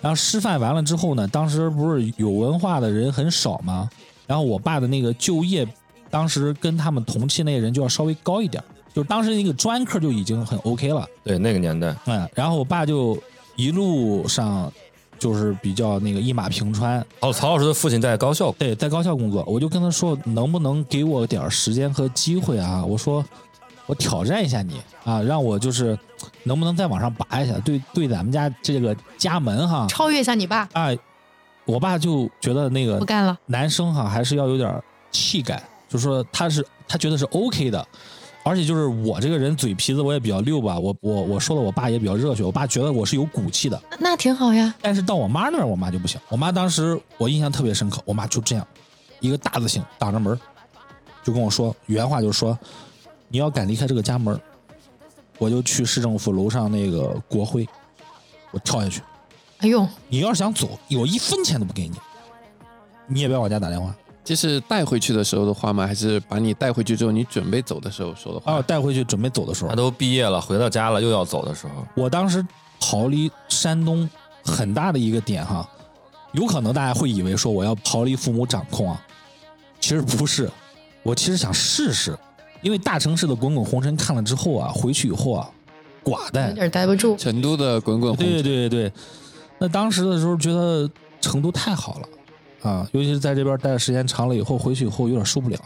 Speaker 1: 然后师范完了之后呢，当时不是有文化的人很少吗？然后我爸的那个就业，当时跟他们同期那些人就要稍微高一点，就是当时那个专科就已经很 OK 了，
Speaker 2: 对，那个年代，
Speaker 1: 嗯，然后我爸就一路上就是比较那个一马平川，
Speaker 2: 曹曹老师的父亲在高校
Speaker 1: 对，在高校工作，我就跟他说，能不能给我点儿时间和机会啊？我说，我挑战一下你啊，让我就是能不能再往上拔一下，对对，咱们家这个家门哈
Speaker 5: 超越一下你爸，
Speaker 1: 啊，我爸就觉得那个
Speaker 5: 不干了。
Speaker 1: 男生哈还是要有点儿气概，就说他是他觉得是 OK 的，而且就是我这个人嘴皮子我也比较溜吧，我我我说的我爸也比较热血，我爸觉得我是有骨气的，
Speaker 5: 那那挺好呀，
Speaker 1: 但是到我妈那儿，我妈就不行。我妈当时我印象特别深刻，我妈就这样，一个大字形挡着门儿，就跟我说原话，就是说你要敢离开这个家门儿，我就去市政府楼上那个国徽，我跳下去。
Speaker 5: 哎呦，
Speaker 1: 你要是想走，我一分钱都不给你，你也别往家打电话。
Speaker 6: 嗯，这是带回去的时候的话吗？还是把你带回去之后，你准备走的时候说的
Speaker 1: 把
Speaker 6: 话？
Speaker 1: 我哦带回去准备走的时候
Speaker 2: 他，都毕业了，回到家了，又要走的时候，
Speaker 1: 我当时逃离山东很大的一个点哈，有可能大家会以为说我要逃离父母掌控啊，其实不是，我其实想试试，因为大城市的滚滚红尘看了之后啊，回去以后啊，寡
Speaker 5: 有
Speaker 1: 淡。
Speaker 5: 点待不住。
Speaker 6: 成都的滚滚红
Speaker 1: 对对对对，那当时的时候觉得成都太好了。啊，尤其是在这边待的时间长了以后，回去以后有点受不了。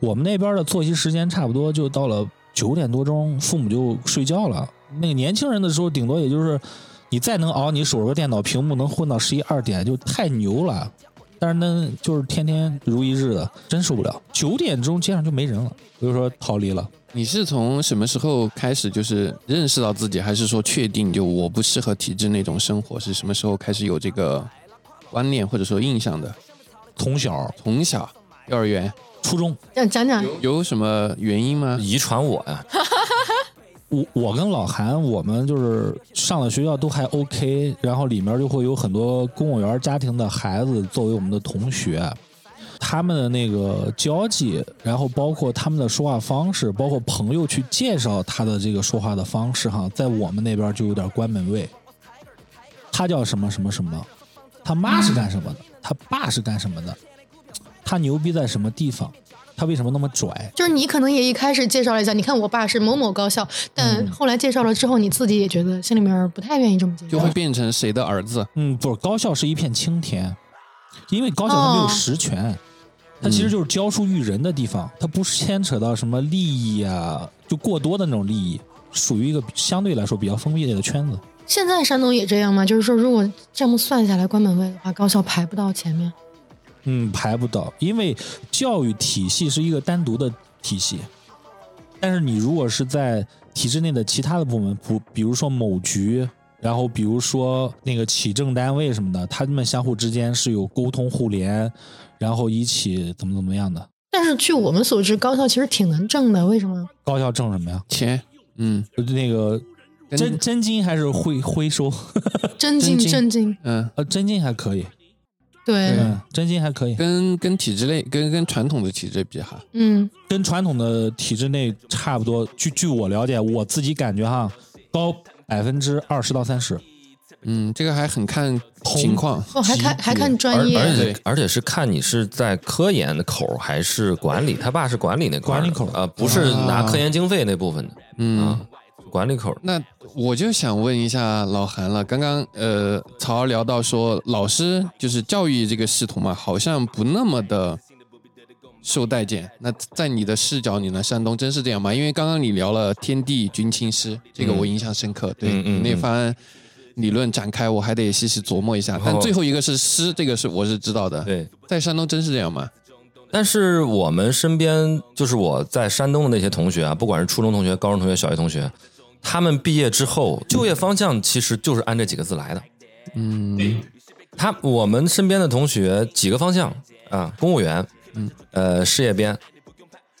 Speaker 1: 我们那边的作息时间差不多就到了九点多钟，父母就睡觉了。那个年轻人的时候，顶多也就是你再能熬，你守着个电脑屏幕能混到十一二点，就太牛了。但是呢，就是天天如一日的，真受不了。九点钟街上就没人了，我就说逃离了。
Speaker 6: 你是从什么时候开始就是认识到自己，还是说确定就我不适合体制那种生活？是什么时候开始有这个观念或者说印象的？
Speaker 1: 从小
Speaker 6: 从小幼儿园
Speaker 1: 初中，
Speaker 5: 讲讲讲，
Speaker 6: 有什么原因吗？
Speaker 2: 遗传我呀，
Speaker 1: 我我跟老韩，我们就是上的学校都还 OK，然后里面就会有很多公务员家庭的孩子作为我们的同学，他们的那个交际，然后包括他们的说话方式，包括朋友去介绍他的这个说话的方式，哈，在我们那边就有点关门卫。他叫什么什么什么，他妈是干什么的，他爸是干什么的，他牛逼在什么地方，他为什么那么拽？
Speaker 5: 就是你可能也一开始介绍了一下，你看我爸是某某高校，
Speaker 2: 嗯
Speaker 5: 但后来介绍了之后，你自己也觉得心里面不太愿意这么介
Speaker 6: 就
Speaker 5: 绍
Speaker 6: 会。变成谁的儿子？
Speaker 1: 嗯，不是，高校是一片青田，因为高校它没有实权，它其实就是教书育人的地方，它不牵扯到什么利益啊，就过多的那种利益，属于一个相对来说比较封闭的一个圈子。
Speaker 5: 现在山东也这样吗？就是说，如果这么算下来，关本位的话，高校排不到前面。
Speaker 1: 嗯，排不到，因为教育体系是一个单独的体系，但是你如果是在体制内的其他的部门，不，比如说某局，然后比如说那个企政单位什么的，他们相互之间是有沟通互联，然后一起怎么怎么样的。
Speaker 5: 但是据我们所知，高校其实挺能挣的，为什么？
Speaker 1: 高校挣什么呀？
Speaker 6: 钱，嗯
Speaker 1: 那个
Speaker 6: 跟
Speaker 1: 真真金还是会回收？
Speaker 5: 真金
Speaker 6: 真金
Speaker 5: 真金，
Speaker 6: 嗯，
Speaker 1: 呃，真金还可以，
Speaker 5: 对，
Speaker 2: 啊
Speaker 1: 嗯，真金还可以，
Speaker 6: 跟跟体制类跟跟传统的体制比哈，
Speaker 5: 嗯，
Speaker 1: 跟传统的体制内差不多。据据我了解，我自己感觉哈，高百分之二十到三十。
Speaker 6: 嗯，这个还很看情况，
Speaker 5: 哦，还看还看
Speaker 2: 而
Speaker 5: 专
Speaker 2: 而
Speaker 5: 业，
Speaker 2: 且而且是看你是在科研的口儿还是管理，他爸是管理那块儿的
Speaker 1: 管理口儿
Speaker 2: 啊，不是拿科研经费那部分的，
Speaker 6: 嗯
Speaker 2: 啊，管理口儿
Speaker 6: 那我就想问一下老韩了，刚刚呃，曹聊到说老师就是教育这个系统嘛，好像不那么的受待见。那在你的视角里呢，山东真是这样吗？因为刚刚你聊了天地军亲师，这个我印象深刻，对、
Speaker 2: 嗯嗯嗯
Speaker 6: 那番理论展开，我还得细细琢磨一下。但最后一个是师，这个是我是知道的。
Speaker 2: 哦对。
Speaker 6: 在山东真是这样吗？
Speaker 2: 但是我们身边，就是我在山东的那些同学啊，不管是初中同学、高中同学、小学同学，他们毕业之后就业方向其实就是按这几个字来的。
Speaker 6: 嗯，
Speaker 2: 他我们身边的同学几个方向啊，公务员，嗯，呃，事业编，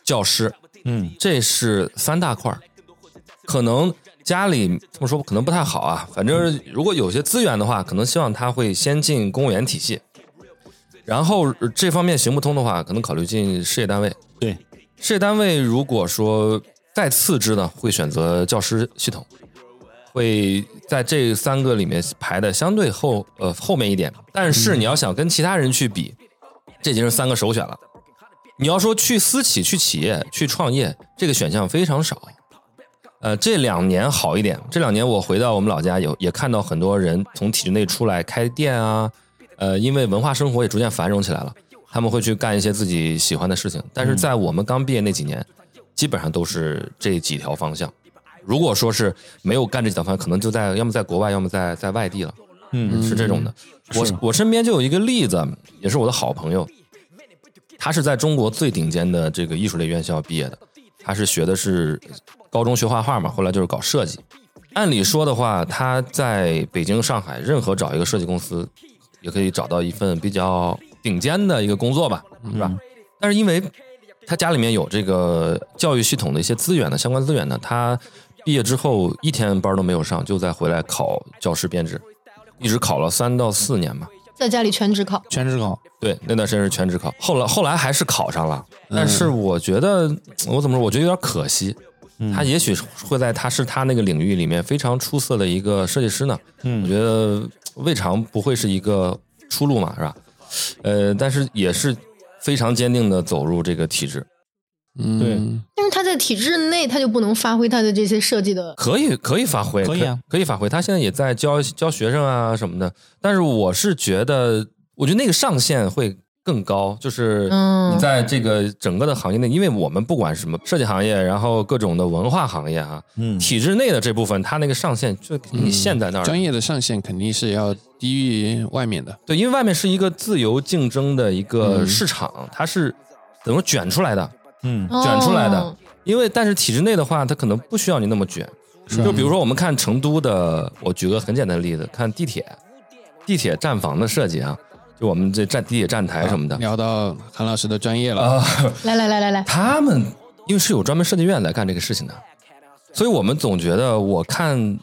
Speaker 2: 教师，
Speaker 1: 嗯，
Speaker 2: 这是三大块儿。可能家里这么说可能不太好啊，反正如果有些资源的话，可能希望他会先进公务员体系，然后呃这方面行不通的话，可能考虑进事业单位。
Speaker 1: 对，
Speaker 2: 事业单位如果说再次之呢，会选择教师系统，会在这三个里面排的相对后呃后面一点。但是你要想跟其他人去比，这已经是三个首选了。你要说去私企、去企业、去创业，这个选项非常少。呃，这两年好一点，这两年我回到我们老家有也看到很多人从体制内出来开店啊，呃，因为文化生活也逐渐繁荣起来了，他们会去干一些自己喜欢的事情。但是在我们刚毕业那几年，基本上都是这几条方向。如果说是没有干这几条方向，可能就在要么在国外，要么在在外地了。
Speaker 1: 嗯
Speaker 2: 是这种的。我我身边就有一个例子，也是我的好朋友，他是在中国最顶尖的这个艺术类院校毕业的，他是学的是高中学画画嘛，后来就是搞设计。按理说的话，他在北京、上海任何找一个设计公司，也可以找到一份比较顶尖的一个工作吧，是吧？但是因为他家里面有这个教育系统的一些资源呢，相关资源呢，他毕业之后一天班都没有上，就再回来考教师编制，一直考了三到四年吧。
Speaker 5: 在家里全职考，
Speaker 1: 全职考，
Speaker 2: 对，那段时间是全职考，后来后来还是考上了，但是我觉得、我怎么说，我觉得有点可惜。他也许会在他是他那个领域里面非常出色的一个设计师呢。我
Speaker 1: 嗯，
Speaker 2: 觉得未尝不会是一个出路嘛，是吧？呃，但是也是非常坚定的走入这个体制，
Speaker 6: 嗯，
Speaker 1: 对
Speaker 5: 但是他在体制内他就不能发挥他的这些设计的，
Speaker 2: 可以可以发挥，
Speaker 1: 可以啊
Speaker 2: 可以发挥。他现在也在教教学生啊什么的，但是我是觉得，我觉得那个上限会更高，就是
Speaker 5: 嗯
Speaker 2: 你在这个整个的行业内，因为我们不管什么设计行业，然后各种的文化行业啊，
Speaker 1: 嗯
Speaker 2: 体制内的这部分，它那个上限就给你限在那儿了，
Speaker 6: 专业的上限肯定是要低于外面的。
Speaker 2: 对，因为外面是一个自由竞争的一个市场，它是怎么卷出来的？
Speaker 1: 嗯
Speaker 2: 卷出来的
Speaker 5: 哦
Speaker 2: 因为但是体制内的话，它可能不需要你那么卷。就比如说我们看成都的，我举个很简单的例子，看地铁，地铁站房的设计啊，就我们这站地铁站台什么的，
Speaker 6: 聊到韩老师的专业了，
Speaker 2: 啊
Speaker 5: 来来来来来，
Speaker 2: 他们因为是有专门设计院来干这个事情的，所以我们总觉得，我看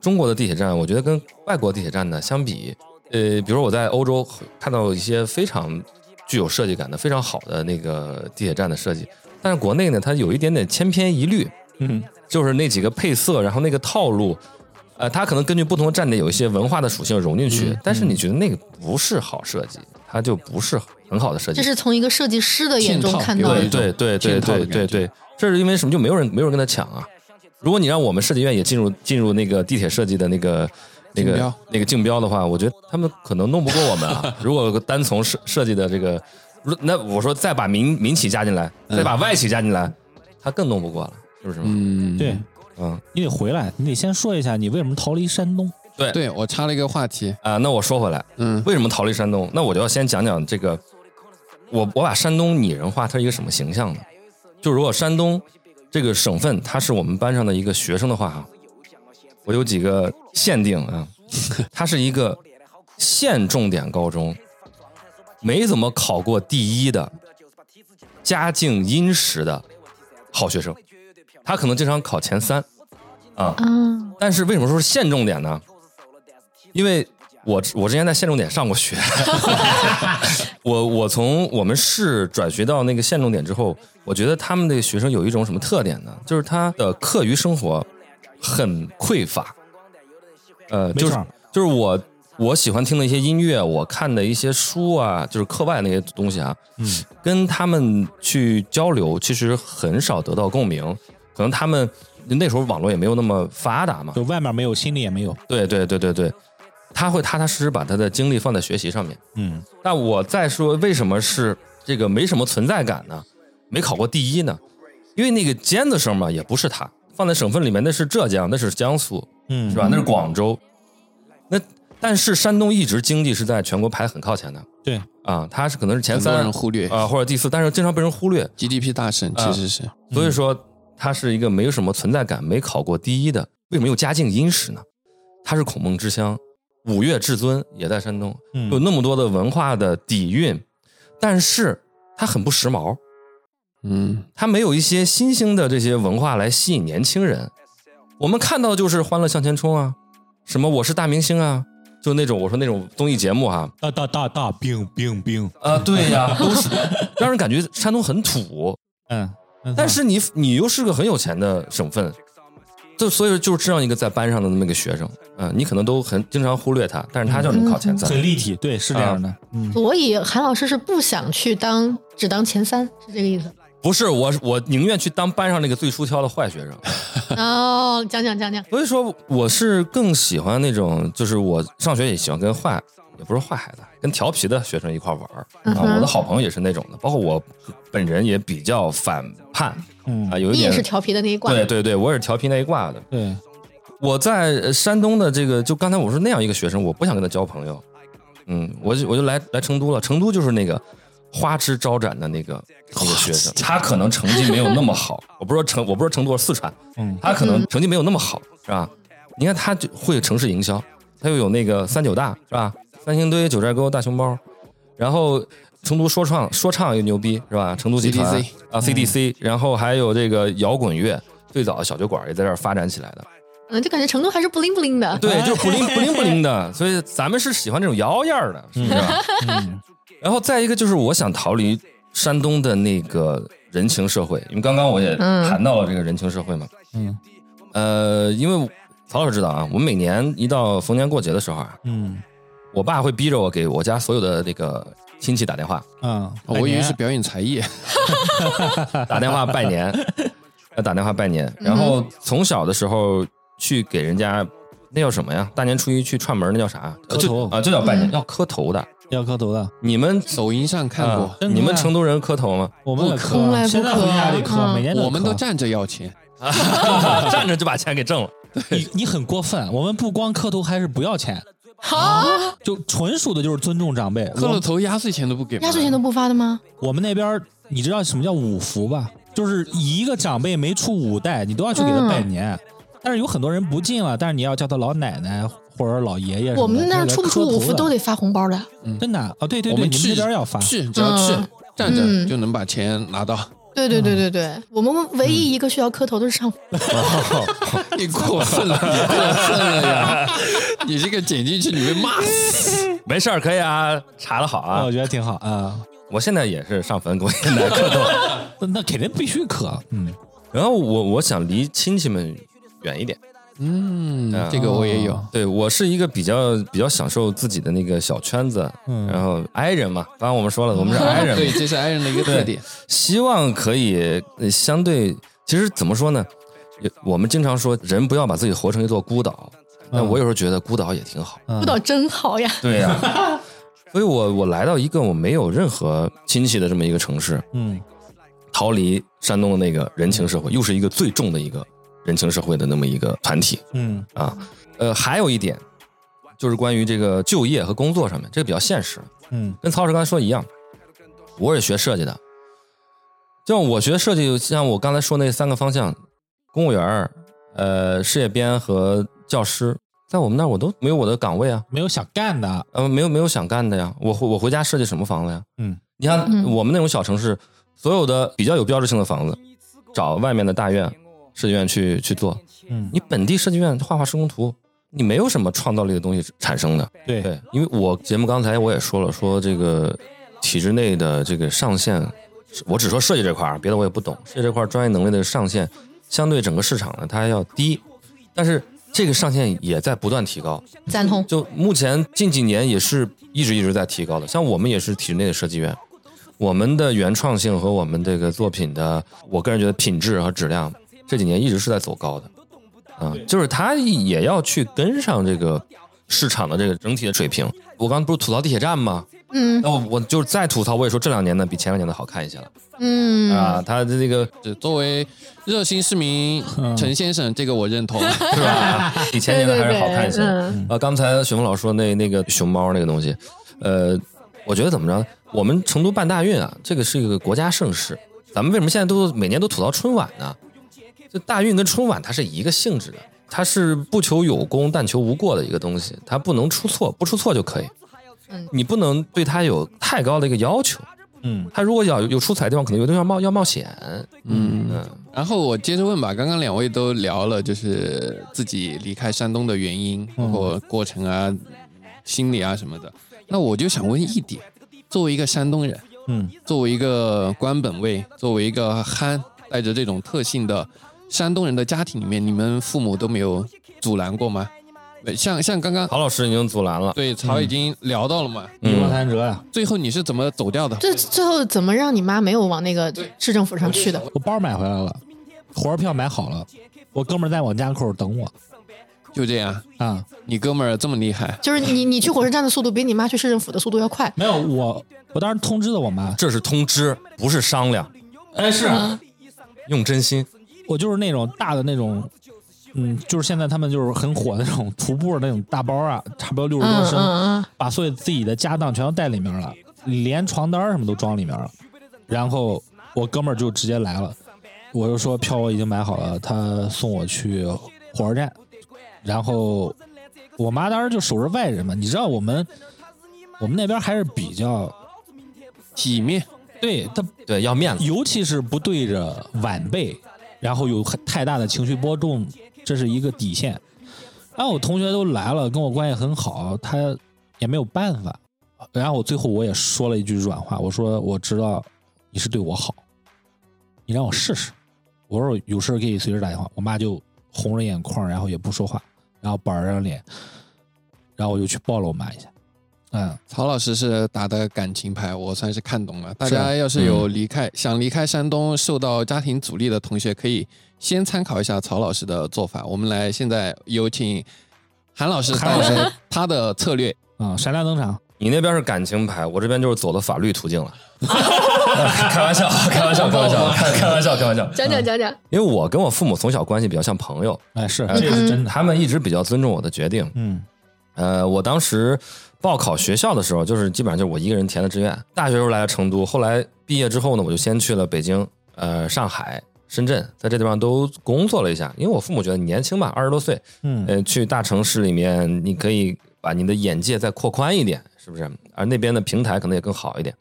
Speaker 2: 中国的地铁站，我觉得跟外国地铁站呢相比，呃，比如我在欧洲看到一些非常具有设计感的、非常好的那个地铁站的设计，但是国内呢，它有一点点千篇一律，
Speaker 1: 嗯，
Speaker 2: 就是那几个配色，然后那个套路。呃，它可能根据不同的站点有一些文化的属性融进去，但是你觉得那个不是好设计，它就不是很好的设计。
Speaker 5: 这是从一个设计师的眼中
Speaker 6: 嵌套
Speaker 5: 看到
Speaker 6: 有
Speaker 5: 的，
Speaker 6: 一种
Speaker 2: 对对对
Speaker 6: 嵌套的
Speaker 2: 对
Speaker 6: 感觉
Speaker 2: 对对，这是因为什么？就没有人没有人跟他抢啊。如果你让我们设计院也进入进入那个地铁设计的那个那
Speaker 6: 竞
Speaker 2: 个
Speaker 6: 标
Speaker 2: 那个竞标的话，我觉得他们可能弄不过我们 啊。如果单从设设计的这个，如那我说再把民民企加进来，再把外企加进来，他更弄不过了，是不是嘛？
Speaker 6: 嗯，
Speaker 1: 对
Speaker 2: 嗯，
Speaker 1: 你得回来，你得先说一下你为什么逃离山东。
Speaker 6: 对，我插了一个话题，
Speaker 2: 啊，那我说回来，
Speaker 6: 嗯
Speaker 2: 为什么逃离山东？那我就要先讲讲这个，我我把山东拟人化，它是一个什么形象呢？就如果山东这个省份，它是我们班上的一个学生的话，哈，我有几个限定啊，它是一个县重点高中，没怎么考过第一的，家境殷实的好学生，他可能经常考前三啊。
Speaker 5: 嗯，
Speaker 2: 但是为什么说是县重点呢？因为我我之前在县重点上过学，我我从我们市转学到那个县重点之后，我觉得他们的学生有一种什么特点呢？就是他的课余生活很匮乏，呃，
Speaker 1: 没
Speaker 2: 就是
Speaker 1: 错
Speaker 2: 就是我我喜欢听的一些音乐，我看的一些书啊，就是课外那些东西啊，
Speaker 1: 嗯，
Speaker 2: 跟他们去交流，其实很少得到共鸣，可能他们。那时候网络也没有那么发达嘛，
Speaker 1: 就外面没有，心里也没有，
Speaker 2: 对对对对对，他会踏踏实实把他的精力放在学习上面。
Speaker 1: 嗯，
Speaker 2: 但我再说，为什么是这个没什么存在感呢？没考过第一呢？因为那个尖子生嘛，也不是他放在省份里面，那是浙江，那是江苏，
Speaker 1: 嗯
Speaker 2: 是吧？那是广州。那但是山东一直经济是在全国排很靠前的
Speaker 1: 对，
Speaker 2: 啊，他是可能是前
Speaker 6: 很多
Speaker 2: 三
Speaker 6: 人忽略
Speaker 2: 啊、或者第四，但是经常被人忽略。
Speaker 6: GDP 大省其实是
Speaker 2: 所以说他是一个没有什么存在感、没考过第一的。为什么又家境殷实呢？他是孔孟之乡，五岳至尊也在山东，
Speaker 1: 嗯
Speaker 2: 有那么多的文化的底蕴，但是他很不时髦，
Speaker 6: 嗯，
Speaker 2: 他没有一些新兴的这些文化来吸引年轻人。我们看到的就是《欢乐向前冲》啊，什么《我是大明星》啊，就那种我说那种综艺节目哈、
Speaker 1: 大大大大病病病，
Speaker 2: 啊，对呀、 都是让人感觉山东很土，
Speaker 1: 嗯，
Speaker 2: 但是你你又是个很有钱的省份，就所以就是这样一个在班上的那么一个学生，嗯、你可能都很经常忽略他，但是他就能考前三。
Speaker 1: 很立体，对，是这样
Speaker 6: 啊
Speaker 1: 的，嗯，
Speaker 5: 所以韩老师是不想去当只当前三，是这个 意思？
Speaker 2: 不是我，我宁愿去当班上那个最出挑的坏学生。
Speaker 5: 哦，讲讲讲讲，
Speaker 2: 所以说，我是更喜欢那种，就是我上学也喜欢跟坏，也不是坏孩子，跟调皮的学生一块玩儿、
Speaker 5: 嗯
Speaker 2: 啊。
Speaker 5: 哼
Speaker 2: 我的好朋友也是那种的，包括我本人也比较反叛，
Speaker 1: 嗯
Speaker 2: 啊，有一
Speaker 5: 你也
Speaker 2: 点
Speaker 5: 是调皮的那一挂，
Speaker 2: 对对对，我也是调皮那一挂的。
Speaker 1: 对，
Speaker 2: 我在呃山东的这个，就刚才我说那样一个学生，我不想跟他交朋友。嗯，我就我就来来成都了，成都就是那个花枝招展的那个那个学生，他可能成绩没有那么好，我不是说成我不是说成都，我是四川，
Speaker 1: 嗯
Speaker 2: 他可能成绩没有那么好，是吧？你看他就会城市营销，他又有那个三九大，是吧？三星堆、九寨沟、大熊猫，然后成都说唱说唱又牛逼，是吧？成都集团
Speaker 6: CDC
Speaker 2: 啊 CDC，、然后还有这个摇滚乐，最早小酒馆也在这儿发展起来的。
Speaker 5: 嗯，就感觉成都还是不灵不灵 的。
Speaker 2: 对，就是不灵不灵不灵的，所以咱们是喜欢这种摇样儿的，是不是？
Speaker 1: 嗯
Speaker 2: 然后再一个就是，我想逃离山东的那个人情社会，因为刚刚我也
Speaker 5: 嗯
Speaker 2: 谈到了这个人情社会嘛。
Speaker 1: 嗯
Speaker 2: 呃，因为曹老师知道啊，我每年一到逢年过节的时候啊，
Speaker 1: 嗯
Speaker 2: 我爸会逼着我给我家所有的那个亲戚打电话，
Speaker 1: 啊，
Speaker 6: 我以为是
Speaker 1: 拜
Speaker 6: 表演才艺，
Speaker 2: 打电话拜年，要打电话拜年。然后从小的时候去给人家。那叫什么呀？大年初一去串门，那叫啥？
Speaker 1: 磕
Speaker 2: 就
Speaker 1: 头
Speaker 2: 啊，就叫拜年，
Speaker 5: 嗯
Speaker 2: 要磕头的。
Speaker 1: 年要磕头的，
Speaker 2: 你们
Speaker 6: 抖音上看过，
Speaker 1: 真的
Speaker 2: 你们
Speaker 1: 啊
Speaker 2: 成都人磕 头吗？
Speaker 1: 我们也
Speaker 5: 不从来
Speaker 1: 磕，
Speaker 5: 不
Speaker 1: 现在回家也磕，
Speaker 5: 磕
Speaker 1: 每年
Speaker 6: 啊嗯我们都
Speaker 1: 这，
Speaker 6: 站着要钱，
Speaker 2: 啊站着就把钱给挣了。
Speaker 1: 你你很过分，我们不光磕头，还是不要钱，
Speaker 5: 好，
Speaker 1: 就纯属的就是尊重长辈。
Speaker 6: 磕了
Speaker 1: 我
Speaker 6: 头压岁钱都不给吗，
Speaker 5: 压岁钱都不发的吗？
Speaker 1: 我们那边儿你知道什么叫五福吧？就是一个长辈没出五代，你都要去给他拜
Speaker 5: 嗯
Speaker 1: 年。但是有很多人不敬了，但是你要叫他老奶奶或者老爷爷什么的。
Speaker 5: 我们那儿
Speaker 1: 就给他
Speaker 5: 出不出
Speaker 1: 磕头
Speaker 5: 五福
Speaker 1: 的
Speaker 5: 都得发红包的。
Speaker 1: 真的啊？哦对对对，
Speaker 6: 我们
Speaker 1: 你们
Speaker 6: 去
Speaker 1: 那边儿要发。
Speaker 6: 去只要去
Speaker 5: 嗯
Speaker 6: 站着
Speaker 5: 嗯
Speaker 6: 就能把钱拿到，
Speaker 5: 对对对对对，我们唯一一个需要磕头的是上
Speaker 1: 哦
Speaker 6: 你过分了，你过分了呀！ 你这个剪进去你被骂死。
Speaker 2: 没事儿，可以啊，查的好
Speaker 1: 啊，
Speaker 2: 啊
Speaker 1: 我。觉得挺好啊，
Speaker 2: 我现在也是上坟给我奶奶磕头。
Speaker 1: 那 那肯定必须磕，嗯，
Speaker 2: 然后我我想离亲戚们远一点。
Speaker 6: 嗯
Speaker 2: 啊，
Speaker 6: 这个我也有。
Speaker 2: 对我是一个比较比较享受自己的那个小圈子，
Speaker 1: 嗯
Speaker 2: 然后 i 人嘛，刚刚我们说了，我们是 i 人
Speaker 6: 对，
Speaker 2: 嘛，
Speaker 6: 这是 i 人的一个特点。
Speaker 2: 希望可以呃相对，其实怎么说呢？也我们经常说人不要把自己活成一座孤岛，但
Speaker 1: 嗯
Speaker 2: 我有时候觉得孤岛也挺好。
Speaker 1: 嗯
Speaker 5: 舞蹈真好呀。
Speaker 2: 啊对呀、 所以我我来到一个我没有任何亲戚的这么一个城市，
Speaker 1: 嗯
Speaker 2: 逃离山东的那个人情社会，又是一个最重的一个人情社会的那么一个团体
Speaker 1: 嗯
Speaker 2: 啊。呃，还有一点就是关于这个就业和工作上面，这个比较现实，
Speaker 1: 嗯
Speaker 2: 跟曹老师刚才说一样，我也学设计的，就像我学设计，像我刚才说那三个方向，公务员儿、呃，事业编和教师，在我们那儿我都没有我的岗位啊。
Speaker 1: 没有想干的，
Speaker 2: 呃，没有没有想干的呀，我回我回家设计什么房子呀？
Speaker 1: 嗯
Speaker 2: 你看
Speaker 5: 嗯
Speaker 2: 我们那种小城市，所有的比较有标志性的房子，找外面的大院、设计院去去做。
Speaker 1: 嗯
Speaker 2: 你本地设计院画画施工图，你没有什么创造力的东西产生的。
Speaker 1: 对
Speaker 2: 对，因为我节目刚才我也说了，说这个体制内的这个上限，我只说设计这块儿，别的我也不懂。设计这块儿专业能力的上限，相对整个市场呢，它要低，但是这个上限也在不断提高。
Speaker 5: 赞同。
Speaker 2: 就目前近几年也是一直一直在提高的。像我们也是体制内的设计院，我们的原创性和我们这个作品的，我个人觉得品质和质量这几年一直是在走高的。啊，就是它也要去跟上这个市场的这个整体的水平。我刚不是吐槽地铁站吗？
Speaker 5: 嗯
Speaker 2: 那我我就是再吐槽，我也说这两年呢比前两年的好看一些了、
Speaker 5: 嗯，
Speaker 2: 啊。它的这个
Speaker 6: 这作为热心市民陈先生，这个我认同。
Speaker 2: 是吧？ 比前年的还是好看一些。
Speaker 4: 嗯
Speaker 2: 啊，刚才雪峰老师说那那个熊猫那个东西，呃，我觉得怎么着，我们成都办大运啊，这个是一个国家盛事，咱们为什么现在都每年都吐槽春晚呢？这大运跟春晚它是一个性质的，它是不求有功但求无过的一个东西，它不能出错，不出错就可以
Speaker 5: 嗯。
Speaker 2: 你不能对它有太高的一个要求，
Speaker 1: 嗯，
Speaker 2: 它如果要有有出彩的地方，可能有的地方冒要冒险。
Speaker 6: 嗯，
Speaker 2: 嗯，
Speaker 6: 然后我接着问吧，刚刚两位都聊了，就是自己离开山东的原因，包括过程啊、心理啊什么的。那我就想问一点，作为一个山东人，
Speaker 1: 嗯，
Speaker 6: 作为一个官本位，作为一个憨，带着这种特性的山东人的家庭里面，你们父母都没有阻拦过吗？呃像像刚刚
Speaker 2: 曹老师已经阻拦了，
Speaker 6: 对曹已经聊到了嘛，
Speaker 1: 李光谭哲呀，
Speaker 6: 最后你是怎么走掉的？
Speaker 5: 这最后怎么让你妈没有往那个市政府上去的？
Speaker 1: 我包买回来了，火车票买好了，我哥们儿在我家门口等我
Speaker 6: 就这样，
Speaker 1: 啊。
Speaker 6: 你哥们儿这么厉害，
Speaker 5: 就是你你去火车站的速度比你妈去市政府的速度要快。
Speaker 1: 没有我，我当时通知的我妈，
Speaker 2: 这是通知，不是商量。哎，是用真心。
Speaker 1: 我就是那种大的那种，嗯，就是现在他们就是很火的那种徒步的那种大包啊，差不多六十多
Speaker 5: 嗯
Speaker 1: 升，
Speaker 5: 嗯
Speaker 1: 把所有自己的家当全都带里面了，连床单什么都装里面了。然后我哥们儿就直接来了，我就说票我已经买好了，他送我去火车站。然后我妈当时就守着外人嘛，你知道我们我们那边还是比较
Speaker 6: 体面。
Speaker 1: 对他，
Speaker 2: 对，要面子。
Speaker 1: 尤其是不对着晚辈，然后有很太大的情绪波动，这是一个底线。然后我同学都来了，跟我关系很好，他也没有办法。然后我最后我也说了一句软话，我说我知道你是对我好，你让我试试。我说有事儿给你随时打电话。我妈就红着眼眶，然后也不说话，然后板着脸，然后我就去抱了我妈一下。嗯，
Speaker 6: 曹老师是打的感情牌，我算是啊嗯看懂了。大家要是有离开、想离开山东受到家庭阻力的同学，可以先参考一下曹老师的做法。我们来，现在有请韩老师带来他的策略。
Speaker 1: 啊、闪亮登场，
Speaker 2: 你那边是感情牌，我这边就是走的法律途径了。 开玩笑，开玩笑，开玩笑，开玩笑，开玩笑。
Speaker 4: 讲讲讲讲，
Speaker 2: 因为我跟我父母从小关系比较像朋友，
Speaker 1: 哎，是，这是真的。
Speaker 2: 他们一直比较尊重我的决定。
Speaker 1: 嗯
Speaker 2: 呃，我当时报考学校的时候，就是基本上就是我一个人填的志愿。大学时候来了成都，后来毕业之后呢，我就先去了北京、呃上海、深圳，在这地方都工作了一下。因为我父母觉得你年轻嘛，二十多岁，
Speaker 1: 嗯，
Speaker 2: 呃，去大城市里面，你可以把你的眼界再扩宽一点，是不是？而那边的平台可能也更好一点。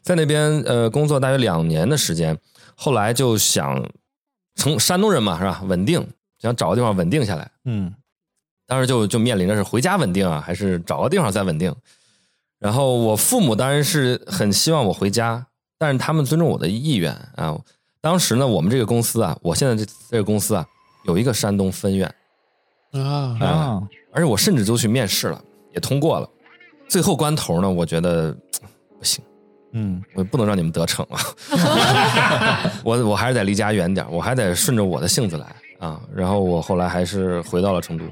Speaker 2: 在那边呃工作大约两年的时间，后来就想从山东人嘛是吧，稳定，想找个地方稳定下来。
Speaker 1: 嗯
Speaker 2: 当时就就面临着是回家稳定啊，还是找个地方再稳定。然后我父母当然是很希望我回家，但是他们尊重我的意愿啊。当时呢，我们这个公司啊，我现在这这个公司啊，有一个山东分院，
Speaker 6: 啊，
Speaker 1: 啊，
Speaker 2: 而且我甚至都去面试了，也通过了。最后关头呢，我觉得不行，
Speaker 1: 嗯。
Speaker 2: 我不能让你们得逞了， 我我还是得离家远点儿，我还得顺着我的性子来啊。然后我后来还是回到了成都。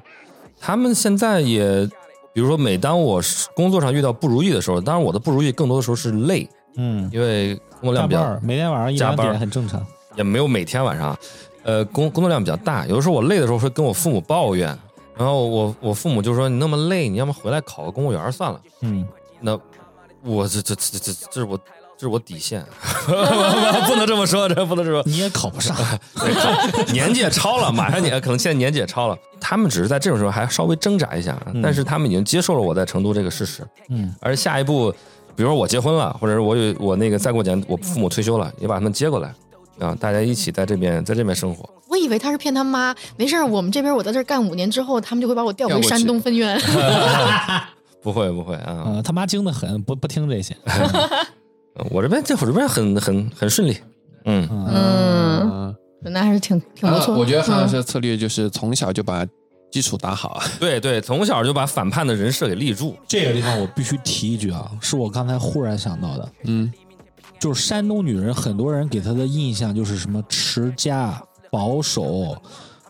Speaker 2: 他们现在也，比如说，每当我工作上遇到不如意的时候，当然我的不如意更多的时候是累，
Speaker 1: 嗯，
Speaker 2: 因为工作
Speaker 1: 加
Speaker 2: 量比
Speaker 1: 班
Speaker 2: 较
Speaker 1: 儿，每天晚上一两
Speaker 2: 加班儿
Speaker 1: 点很正常。
Speaker 2: 也没有每天晚上啊，呃，工工作量比较大，有的时候我累的时候会跟我父母抱怨，然后我我父母就说你那么累，你要么回来考个公务员算了。
Speaker 1: 嗯，
Speaker 2: 那我这这这这这这是我这是我底线，啊 不能这么说，这不能这么说。
Speaker 1: 你也考不上。
Speaker 2: 对， 年纪也超了，马上年可能现在年纪也超了。他们只是在这种啊嗯时候还稍微挣扎一下，但是他们已经接受了我在成都这个事实，
Speaker 1: 嗯
Speaker 2: 而下一步比如说我结婚了，或者是我有我那个再过年我父母退休了，也把他们接过来啊，大家一起在这边在这边生活。
Speaker 5: 我以为他是骗他妈，没事儿，我们这边我在这儿干五年之后，他们就会把我调
Speaker 6: 调
Speaker 5: 回
Speaker 6: 过去
Speaker 5: 山东分院。
Speaker 2: 不会不会啊，
Speaker 1: 嗯，他妈精的很，不不听这些。
Speaker 2: 我这边这会儿这边很很很顺利，嗯，
Speaker 5: 嗯，
Speaker 6: 嗯，
Speaker 5: 那还是挺挺不
Speaker 2: 啊
Speaker 5: 错。
Speaker 6: 呃我觉得韩老师
Speaker 5: 嗯
Speaker 6: 的策略就是从小就把基础打好 啊。
Speaker 2: 对对，从小就把反叛的人设给立住，
Speaker 1: 这个地方我必须提一句啊，是我刚才忽然想到的，
Speaker 6: 嗯，
Speaker 1: 就是山东女人，很多人给她的印象就是什么持家、保守，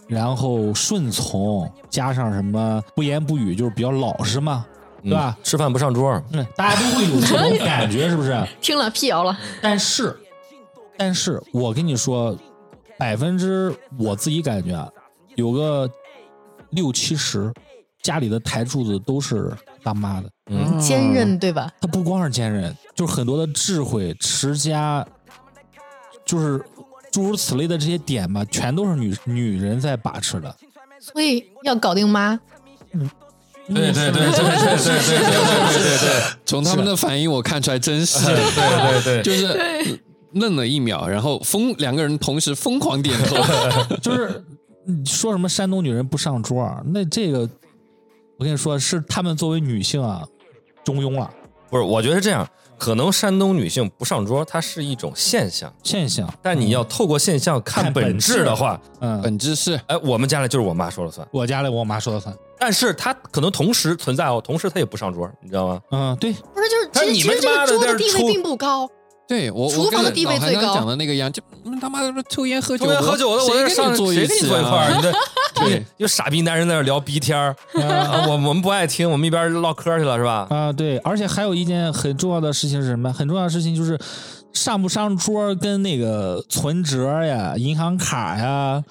Speaker 1: 然后顺从，加上什么不言不语，就是比较老实嘛，
Speaker 2: 嗯
Speaker 1: 对吧？
Speaker 2: 吃饭不上桌，
Speaker 1: 嗯，大家都会有这种感觉，是不是？
Speaker 5: 听了辟谣了，
Speaker 1: 但是，但是我跟你说，百分之我自己感觉啊，有个六七十，家里的台柱子都是当妈的。
Speaker 2: 嗯
Speaker 5: 坚韧对吧？
Speaker 1: 他不光是坚韧，就是很多的智慧、持家，就是诸如此类的这些点吧，全都是女女人在把持的。
Speaker 5: 所以要搞定妈，
Speaker 2: 对对对对对对对对对
Speaker 6: 从他们的反应我看出来，真啊是啊
Speaker 2: 对对 对对，
Speaker 6: 就是愣了一秒，然后疯两个人同时疯狂点 头。
Speaker 1: 就是你说什么山东女人不上桌儿，那这个我跟你说，是她们作为女性啊中庸了
Speaker 2: 不是，我觉得是这样，可能山东女性不上桌，它是一种现象，
Speaker 1: 现象。
Speaker 2: 但你要透过现象看
Speaker 1: 看本
Speaker 2: 本质的
Speaker 1: 质
Speaker 2: 话，
Speaker 1: 嗯，
Speaker 6: 本质是
Speaker 2: 哎，我们家里就是我妈说了算。
Speaker 1: 我家里我妈说的算。
Speaker 2: 但是他可能同时存在哦，同时他也不上桌，你知道吗？
Speaker 1: 嗯，对，
Speaker 5: 不是就是
Speaker 2: 但
Speaker 5: 其实
Speaker 2: 你
Speaker 5: 其
Speaker 2: 们
Speaker 5: 实这
Speaker 2: 他妈
Speaker 5: 个
Speaker 2: 的
Speaker 5: 桌
Speaker 2: 在
Speaker 5: 的
Speaker 2: 这
Speaker 5: 地
Speaker 2: 抽
Speaker 5: 位并不高，
Speaker 6: 对我
Speaker 5: 厨
Speaker 6: 我
Speaker 5: 房
Speaker 6: 跟
Speaker 5: 的地位
Speaker 6: 老韩
Speaker 5: 最
Speaker 6: 刚
Speaker 5: 高
Speaker 6: 讲的那个一样，就你们他妈的抽烟喝酒
Speaker 2: 抽烟
Speaker 6: 的，
Speaker 2: 喝酒的，我在这
Speaker 6: 谁跟
Speaker 2: 上
Speaker 6: 你坐
Speaker 2: 谁跟
Speaker 6: 起
Speaker 2: 你坐一
Speaker 6: 啊
Speaker 2: 块 儿？你这
Speaker 6: 对
Speaker 2: 你就傻逼男人在那聊逼天儿，啊我我们不爱听，我们一边唠嗑去了是吧？
Speaker 1: 啊、对，而且还有一件很重要的事情是什么？很重要的事情就是上不上桌跟那个存折呀、银行卡呀，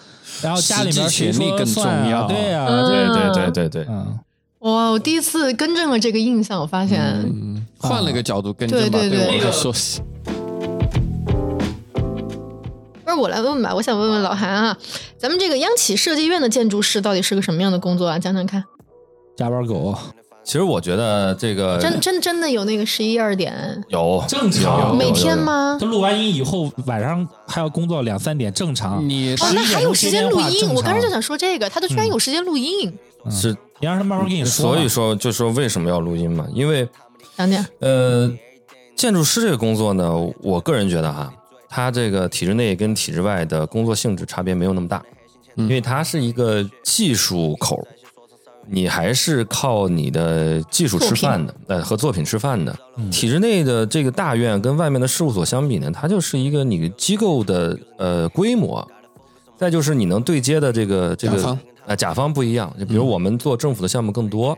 Speaker 1: 然后家里面谁
Speaker 6: 实际权利
Speaker 1: 说了
Speaker 6: 更
Speaker 1: 算
Speaker 6: 重
Speaker 1: 啊
Speaker 6: 要
Speaker 1: 对呀、
Speaker 5: 嗯对对对
Speaker 2: 对对，
Speaker 1: 嗯，
Speaker 5: 哇！我第一次更正了这个印象，我发现、
Speaker 6: 嗯，换了个角度跟正吧，
Speaker 5: 对对对
Speaker 6: 对我来说是，
Speaker 5: 不是我来问吧，我想问问老韩啊，咱们这个央企设计院的建筑师到底是个什么样的工作啊？讲讲看，
Speaker 1: 加班狗
Speaker 2: 其实我觉得这个
Speaker 5: 真真真的有那个十一二点
Speaker 2: 有
Speaker 1: 正常
Speaker 2: 哦有
Speaker 5: 每天？
Speaker 2: 有有有
Speaker 5: 吗？
Speaker 1: 他录完音以后晚上还要工作两三点，正常。
Speaker 6: 你
Speaker 5: 哦，那
Speaker 1: 11
Speaker 5: 还有
Speaker 1: 点钟
Speaker 5: 时
Speaker 1: 接
Speaker 5: 间录
Speaker 1: 电话
Speaker 5: 音，
Speaker 1: 正
Speaker 5: 我刚才就
Speaker 1: 常嗯
Speaker 5: 想说这个，他都居然有时间录音，
Speaker 2: 是，
Speaker 1: 你让他慢慢跟你说吧。
Speaker 2: 所以说就说为什么要录音嘛？因为
Speaker 5: 讲讲，
Speaker 2: 呃，建筑师这个工作呢，我个人觉得哈，他这个体制内跟体制外的工作性质差别没有那么大，因为它是一个技术口，你还是靠你的技术吃饭的，呃，和作品吃饭的。体制内的这个大院跟外面的事务所相比呢，它就是一个你机构的呃规模，再就是你能对接的这个这个
Speaker 6: 甲方
Speaker 2: 呃甲方不一样，就比如我们做政府的项目更多。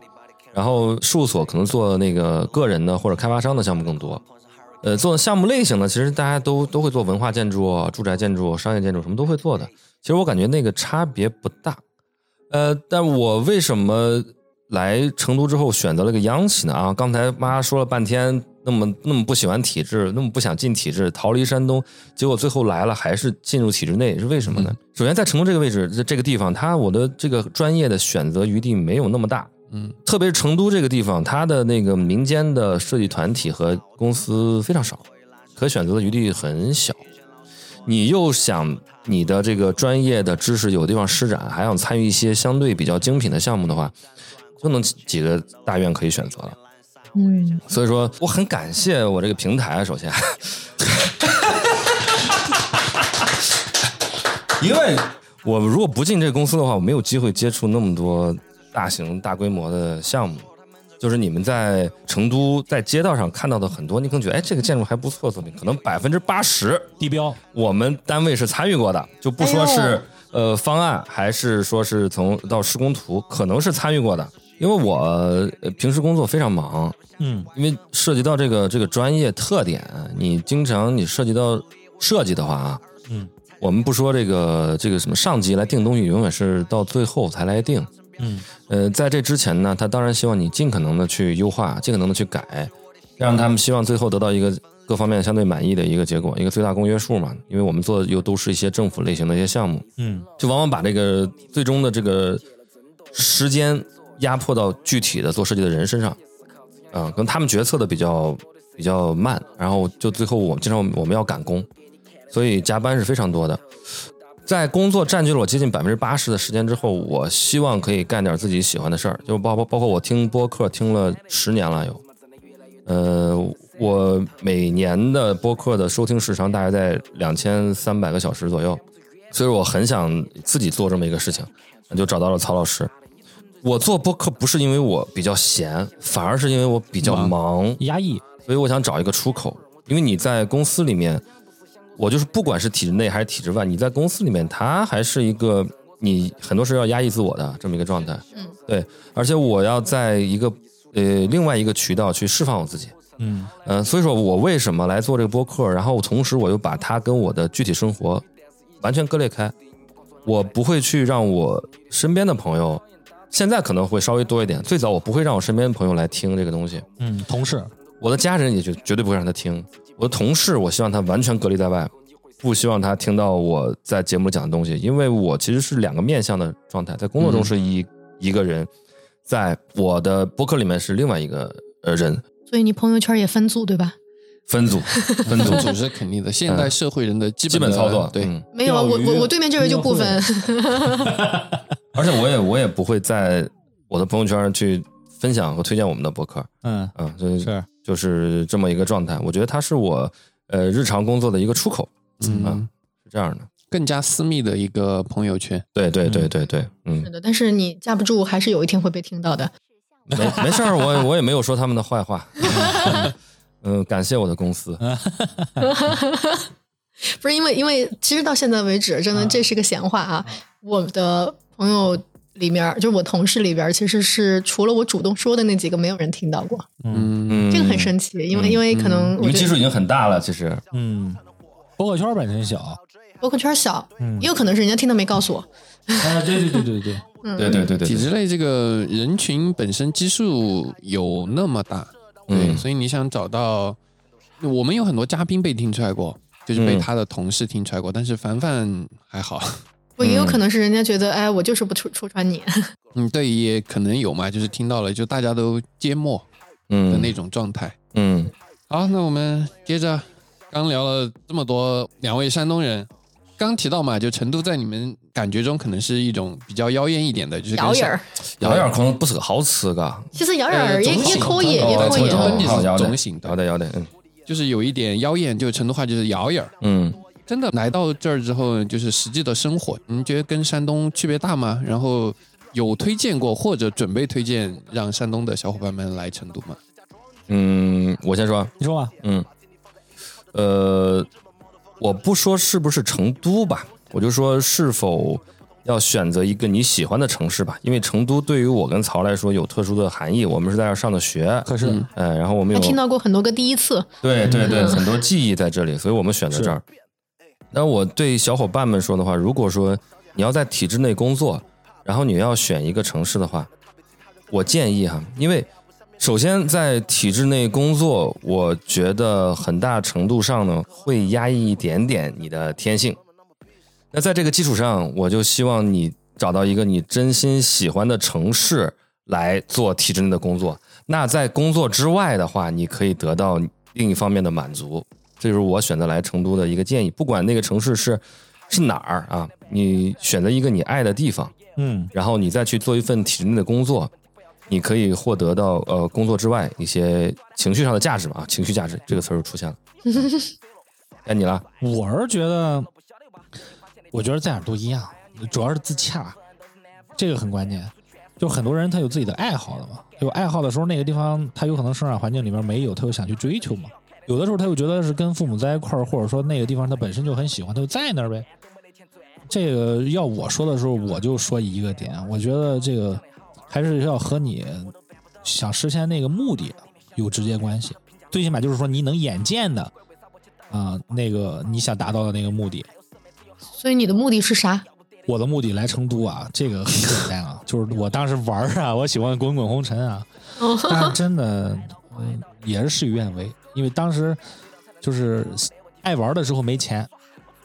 Speaker 2: 然后事务所可能做那个个人的或者开发商的项目更多。呃，做的项目类型呢，其实大家都都会做文化建筑、住宅建筑、商业建筑，什么都会做的。其实我感觉那个差别不大。呃，但我为什么来成都之后选择了个央企呢？啊，刚才妈说了半天，那么那么不喜欢体制，那么不想进体制，逃离山东，结果最后来了还是进入体制内，是为什么呢？首先在成都这个位置，这这个地方，它我的这个专业的选择余地没有那么大。
Speaker 6: 嗯，
Speaker 2: 特别是成都这个地方，它的那个民间的设计团体和公司非常少，可选择的余地很小。你又想你的这个专业的知识有地方施展，还想参与一些相对比较精品的项目的话，就能几几个大院可以选择了。
Speaker 5: 嗯，
Speaker 2: 所以说，我很感谢我这个平台，首 先，因为我如果不进这个公司的话，我没有机会接触那么多大型大规模的项目。就是你们在成都在街道上看到的很多，你可能觉得哎，这个建筑还不错的作品，可能 百分之八十
Speaker 1: 地标，
Speaker 2: 我们单位是参与过的，就不说是、
Speaker 5: 哎呦
Speaker 2: 呃方案，还是说是从到施工图，可能是参与过的。因为我、呃平时工作非常忙，
Speaker 1: 嗯，
Speaker 2: 因为涉及到这个这个专业特点，你经常你涉及到设计的话啊，
Speaker 1: 嗯，
Speaker 2: 我们不说这个这个什么上级来定东西，永远是到最后才来定，
Speaker 1: 嗯，
Speaker 2: 呃，在这之前呢，他当然希望你尽可能的去优化，尽可能的去改，让他们希望最后得到一个各方面相对满意的一个结果，一个最大公约数嘛。因为我们做的又都是一些政府类型的一些项目，
Speaker 1: 嗯，
Speaker 2: 就往往把这个最终的这个时嗯间压迫到具体的做设计的人身上，啊、跟他们决策的比较比较慢，然后就最后我们经常我们要赶工，所以加班是非常多的。在工作占据了我接近百分之八十的时间之后，我希望可以干点自己喜欢的事儿，就包包包括我听播客听了十年了有，呃，我每年的播客的收听时长大概在两千三百个小时左右，所以我很想自己做这么一个事情，就找到了曹老师。我做播客不是因为我比较闲，反而是因为我比较忙，
Speaker 1: 压抑，
Speaker 2: 所以我想找一个出口，因为你在公司里面，我就是不管是体制内还是体制外，你在公司里面，它还是一个你很多时候要压抑自我的这么一个状态。嗯，对，而且我要在一个呃另外一个渠道去释放我自己。
Speaker 1: 嗯
Speaker 2: 嗯、所以说我为什么来做这个播客，然后同时我又把它跟我的具体生活完全割裂开，我不会去让我身边的朋友，现在可能会稍微多一点，最早我不会让我身边的朋友来听这个东西，
Speaker 1: 嗯，同事，
Speaker 2: 我的家人也绝绝对不会让他听，我的同事我希望他完全隔离在外，不希望他听到我在节目里讲的东西，因为我其实是两个面向的状态，在工作中是一、一个人，在我的播客里面是另外一个呃人
Speaker 5: 所以你朋友圈也分组对吧？
Speaker 2: 分组分组嗯
Speaker 6: 分组是肯定的，现代社会人的基
Speaker 2: 基
Speaker 6: 本的
Speaker 2: 本操作
Speaker 6: 对，
Speaker 2: 嗯
Speaker 5: 没有啊，我
Speaker 1: 钓鱼
Speaker 5: 我我对面这位就不分，
Speaker 2: 而且我也我也不会在我的朋友圈去分享和推荐我们的博客，
Speaker 1: 嗯，
Speaker 2: 嗯，就是
Speaker 1: 是
Speaker 2: 就是这么一个状态。我觉得它是我呃日常工作的一个出口，
Speaker 6: 嗯，
Speaker 2: 是这样的。
Speaker 6: 更加私密的一个朋友圈。
Speaker 2: 对对对对对，嗯，
Speaker 5: 是的但是你架不住还是有一天会被听到的。
Speaker 2: 没没事儿，我我也没有说他们的坏话。嗯，感谢我的公司。
Speaker 5: 不是因为，因为其实到现在为止，真的这是个闲话啊。我的朋友里面，就是我同事里边，其实是除了我主动说的那几个，没有人听到过，
Speaker 6: 嗯，
Speaker 2: 嗯，
Speaker 5: 这个很神奇。因为，因为可能
Speaker 2: 你
Speaker 5: 我
Speaker 2: 们
Speaker 5: 觉
Speaker 2: 基数
Speaker 5: 得
Speaker 2: 已经很大了，其实。
Speaker 1: 嗯，播客圈本身小，
Speaker 5: 博客圈小，
Speaker 1: 嗯
Speaker 5: 也有可能是人家听的没告诉我。
Speaker 1: 啊，对对对对对，
Speaker 2: 对对对对
Speaker 6: 体
Speaker 2: 对，
Speaker 6: 制类这个人群本身基数有那么大，对，
Speaker 2: 嗯
Speaker 6: 所以你想找到，我们有很多嘉宾被听出来过，就是被
Speaker 2: 嗯
Speaker 6: 他的同事听出来过，但是凡凡还好，
Speaker 5: 我也有可能是人家觉得，哎，我就是不戳戳穿你。
Speaker 6: 嗯，对，也可能有嘛，就是听到了，就大家都缄默的那
Speaker 2: 嗯
Speaker 6: 种状态。
Speaker 2: 嗯，
Speaker 6: 好，那我们接着，刚聊了这么多，两位山东人。刚提到嘛，就成都在你们感觉中可能是一种比较妖艳一点的，就是跟
Speaker 5: 摇人
Speaker 6: 上
Speaker 5: 儿，
Speaker 2: 有点可能不是个好词，嘎。
Speaker 5: 其实摇人
Speaker 6: 呃
Speaker 5: 儿也
Speaker 6: 总
Speaker 5: 也
Speaker 6: 行
Speaker 5: 可以，
Speaker 6: 总
Speaker 5: 也
Speaker 6: 行
Speaker 5: 可以
Speaker 6: 总。行
Speaker 2: 好摇
Speaker 6: 总行
Speaker 2: 摇点摇点，嗯
Speaker 6: 就是有一点妖艳，就是成都话就是摇眼儿。
Speaker 2: 嗯
Speaker 6: 真的来到这儿之后，就是实际的生活，你觉得跟山东区别大吗？然后有推荐过或者准备推荐让山东的小伙伴们来成都吗？
Speaker 2: 嗯，我先说啊，
Speaker 1: 你说吧，
Speaker 2: 嗯，呃，我不说是不是成都吧，我就说是否要选择一个你喜欢的城市吧，因为成都对于我跟曹来说有特殊的含义，我们是在这儿上的学，
Speaker 1: 可是
Speaker 6: 嗯
Speaker 2: 嗯，然后我们
Speaker 5: 还
Speaker 2: 有
Speaker 5: 听到过很多个第一次，
Speaker 2: 对对对，
Speaker 5: 嗯
Speaker 2: 很多记忆在这里，所以我们选择这儿。那我对小伙伴们说的话，如果说你要在体制内工作，然后你要选一个城市的话，我建议哈，因为首先在体制内工作，我觉得很大程度上呢会压抑一点点你的天性。那在这个基础上，我就希望你找到一个你真心喜欢的城市来做体制内的工作。那在工作之外的话，你可以得到另一方面的满足。这就是我选择来成都的一个建议。不管那个城市是是哪儿啊，你选择一个你爱的地方，
Speaker 1: 嗯
Speaker 2: 然后你再去做一份体制内的工作，你可以获得到呃工作之外一些情绪上的价值吧。啊，情绪价值这个词儿又出现了。 该你了，
Speaker 1: 我是觉得，我觉得在哪儿都一样，主要是自洽，这个很关键。就很多人他有自己的爱好的嘛，有爱好的时候，那个地方他有可能生长环境里面没有，他又想去追求嘛。有的时候他又觉得是跟父母在一块儿，或者说那个地方他本身就很喜欢，他就在那儿呗。这个要我说的时候，我就说一个点，我觉得这个还是要和你想实现那个目的有直接关系。最起码就是说你能眼见的啊、那个你想达到的那个目的。
Speaker 5: 所以你的目的是啥？
Speaker 1: 我的目的来成都啊，这个很简单啊， 就是我当时玩儿啊，我喜欢滚滚红尘啊，但是真的、嗯、也是事与愿违，因为当时就是爱玩的时候没钱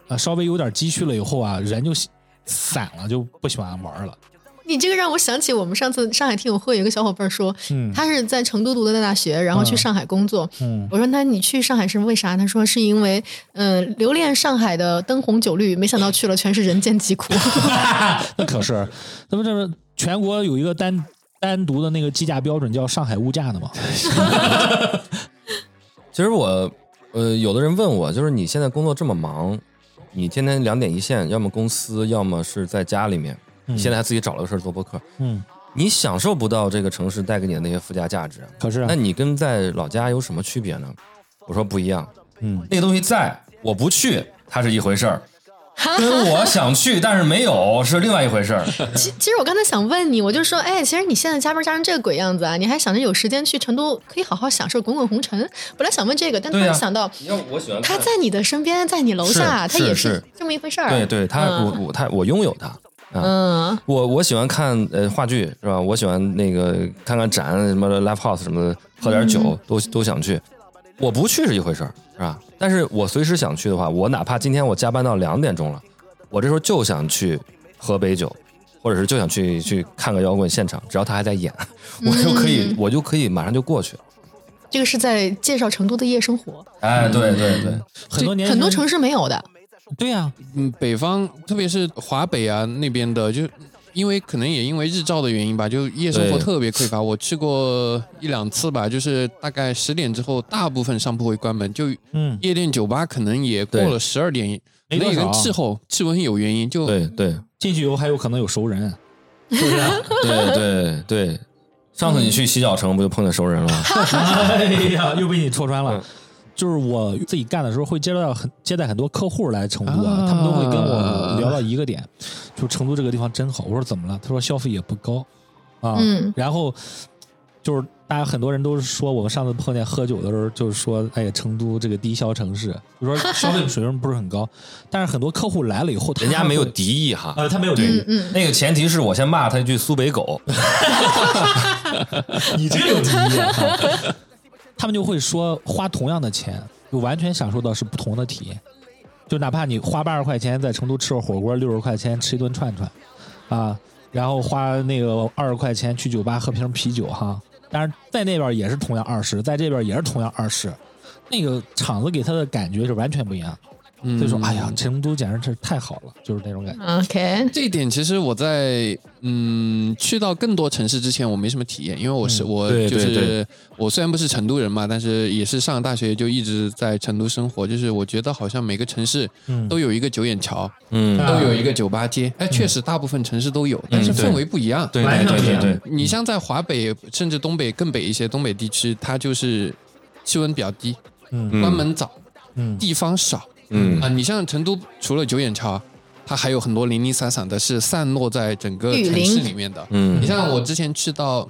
Speaker 1: 呃啊，稍微有点积蓄了以后啊，人就喜散了，就不喜欢玩了。
Speaker 5: 你这个让我想起我们上次上海听友会有一个小伙伴说，他是在成都读的大学，然后去上海工作。
Speaker 1: 嗯
Speaker 5: 我说那你去上海是为啥？他说是因为嗯、留恋上海的灯红酒绿，没想到去了全是人间疾苦。
Speaker 1: 那可是，那不这不全国有一个单单独的那个计价标准叫上海物价的嘛？
Speaker 2: 其实我，呃，有的人问我，就是你现在工作这么忙，你天天两点一线，要么公司，要么是在家里面，你现在还自己找了个事儿做播客，
Speaker 1: 嗯，
Speaker 2: 你享受不到这个城市带给你的那些附加价值。
Speaker 1: 可是啊
Speaker 2: 那你跟在老家有什么区别呢？我说不一样，
Speaker 1: 嗯，
Speaker 2: 那个东西在我不去，它是一回事儿。跟我想去但是没有是另外一回事儿，
Speaker 5: 其其实我刚才想问你，我就说，哎，其实你现在加班加成这个鬼样子啊，你还想着有时间去成都可以好好享受滚滚红尘？本来想问这个，但突
Speaker 2: 对呀、
Speaker 5: 然想到，
Speaker 2: 你看我喜欢
Speaker 5: 他
Speaker 2: 看
Speaker 5: 在你的身边，在你楼下，
Speaker 2: 呃是
Speaker 5: 他也
Speaker 2: 是
Speaker 5: 是
Speaker 2: 是
Speaker 5: 这么一回事儿。
Speaker 2: 对对，他、
Speaker 5: 嗯
Speaker 2: 我我他我拥有他，
Speaker 5: 嗯，
Speaker 2: 我我喜欢看呃话剧是吧？我喜欢那个看看展什么的 live house 什么的，喝点酒、都都想去。我不去是一回事儿是吧？但是我随时想去的话，我哪怕今天我加班到两点钟了，我这时候就想去喝杯酒，或者是就想去去看个摇滚现场，只要他还在演， 我就可
Speaker 5: 嗯
Speaker 2: 以、我就可以马上就过去。
Speaker 5: 这个是在介绍成都的夜生活，
Speaker 2: 哎，对对对，
Speaker 1: 很多年
Speaker 5: 很多
Speaker 1: 轻人
Speaker 5: 城市没有的。
Speaker 1: 对啊呀、
Speaker 6: 嗯，北方特别是华北啊那边的，就因为可能也因为日照的原因吧，就夜生活
Speaker 2: 对
Speaker 6: 特别匮乏。我去过一两次吧，就是大概十点之后，大部分商铺会关门，就
Speaker 1: 嗯
Speaker 6: 夜店酒吧可能也过
Speaker 2: 对
Speaker 6: 了十二点，可
Speaker 1: 没啊
Speaker 6: 能也
Speaker 1: 多
Speaker 6: 跟
Speaker 1: 少
Speaker 6: 气候气温有原因。就
Speaker 2: 对对
Speaker 1: 进去以后还有可能有熟 人，
Speaker 2: 对对对，上次你去洗脚城不就碰见熟人了吗？
Speaker 1: 哎呀，又被你戳穿
Speaker 2: 嗯
Speaker 1: 了。就是我自己干的时候，会接到很接待很多客户来成都啊，
Speaker 6: 啊
Speaker 1: 他们都会跟我聊到一个点，就成都这个地方真好。我说怎么了？他说消费也不高啊。
Speaker 5: 嗯
Speaker 1: 然后就是大家很多人都是说，我们上次碰见喝酒的时候，就是说，哎呀，成都这个低消城市，就说消费水平不是很高，但是很多客户来了以后，他
Speaker 2: 人家没有
Speaker 1: 还会
Speaker 2: 敌意哈，
Speaker 1: 呃，他没有敌意，
Speaker 5: 嗯，
Speaker 2: 那个前提是我先骂他一句苏北狗，
Speaker 1: 你这有敌意啊！哈 他们就会说，花同样的钱，就完全享受到是不同的体验。就哪怕你花八十块钱在成都吃个火锅，六十块钱吃一顿串串，啊，然后花那个二十块钱去酒吧喝瓶啤酒哈，但是在那边也是同样二十，在这边也是同样二十，那个场子给他的感觉是完全不一样。
Speaker 6: 嗯
Speaker 1: 所以说，哎呀，成都简直是太好了，就是那种感觉。
Speaker 5: OK，
Speaker 6: 这一点其实我在嗯去到更多城市之前，我没什么体验，因为我是、我
Speaker 2: 嗯对
Speaker 6: 就
Speaker 2: 对
Speaker 6: 是
Speaker 2: 对
Speaker 6: 我虽然不是成都人嘛，但是也是上了大学就一直在成都生活，就是我觉得好像每个城市
Speaker 1: 嗯
Speaker 6: 都有一个九眼桥，
Speaker 2: 嗯
Speaker 1: 啊
Speaker 6: 都有一个酒吧街，哎，确实大部分城市都有，但是
Speaker 2: 对
Speaker 6: 氛围不一样。
Speaker 2: 对
Speaker 1: 完全
Speaker 2: 对
Speaker 1: 不一
Speaker 2: 对
Speaker 1: 样
Speaker 2: 对对，
Speaker 6: 你像在华北甚至东北更北一些，东北地区它就是气温比较低，
Speaker 1: 嗯
Speaker 6: 关门早，
Speaker 1: 嗯
Speaker 6: 地方少，
Speaker 2: 嗯
Speaker 6: 啊，你像成都，除了九眼桥，它还有很多零零散散的是散落在整个
Speaker 5: 雨
Speaker 6: 城
Speaker 5: 林
Speaker 6: 市里面的。
Speaker 2: 嗯
Speaker 6: 你像我之前去到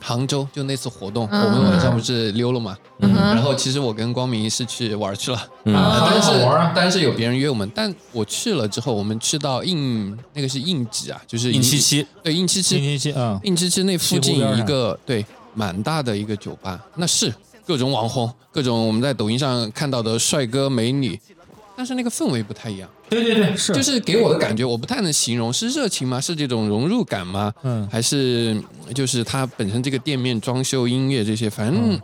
Speaker 6: 杭州，就那次活动，
Speaker 5: 嗯
Speaker 6: 我们晚上不是溜了嘛，
Speaker 5: 嗯哼
Speaker 6: 然后其实我跟光明是去玩去了，
Speaker 2: 嗯
Speaker 5: 啊
Speaker 6: 但是
Speaker 1: 好玩啊
Speaker 6: 但是有别人约我们，但我去了之后，我们去到应那个是应几啊，就是
Speaker 2: 硬
Speaker 6: 应
Speaker 2: 七七，
Speaker 6: 对应七
Speaker 1: 星
Speaker 6: 七
Speaker 1: 期七啊，
Speaker 6: 应七七那附
Speaker 1: 西湖
Speaker 6: 近
Speaker 1: 边上啊
Speaker 6: 一个对蛮大的一个酒吧，那是各种网红，各种我们在抖音上看到的帅哥美女，但是那个氛围不太一样，
Speaker 1: 对对对，是
Speaker 6: 就是给我的感觉，我不太能形容，是热情吗？是这种融入感吗？
Speaker 1: 嗯
Speaker 6: 还是嗯就是它本身这个店面装修、音乐这些，反正。
Speaker 1: 嗯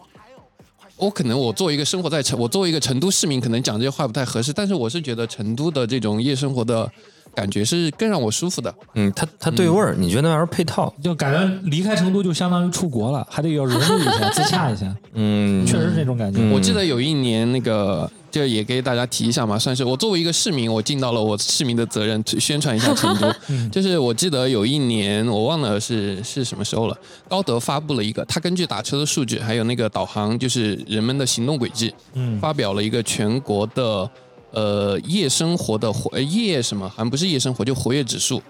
Speaker 6: 我可能我作为一个生活在成，我作为一个成都市民，可能讲这些话不太合适，但是我是觉得成都的这种夜生活的感觉是更让我舒服的。
Speaker 2: 嗯，它它对味儿，你觉得那玩意儿配套？
Speaker 1: 就感觉离开成都就相当于出国了，还得要融入一下、自洽一下，嗯
Speaker 2: 嗯
Speaker 1: 确实是这种感 觉。
Speaker 6: 我记得有一年那个，就也给大家提一下嘛，算是我作为一个市民，我尽到了我市民的责任，去宣传一下成都。就是我记得有一年，我忘了是是什么时候了，高德发布了一个，他根据打车的数据，还有那个导航，就是人们的行动轨迹，
Speaker 1: 嗯
Speaker 6: 发表了一个全国的呃夜生活的活呃夜什么，好像不是夜生活，就活跃指数。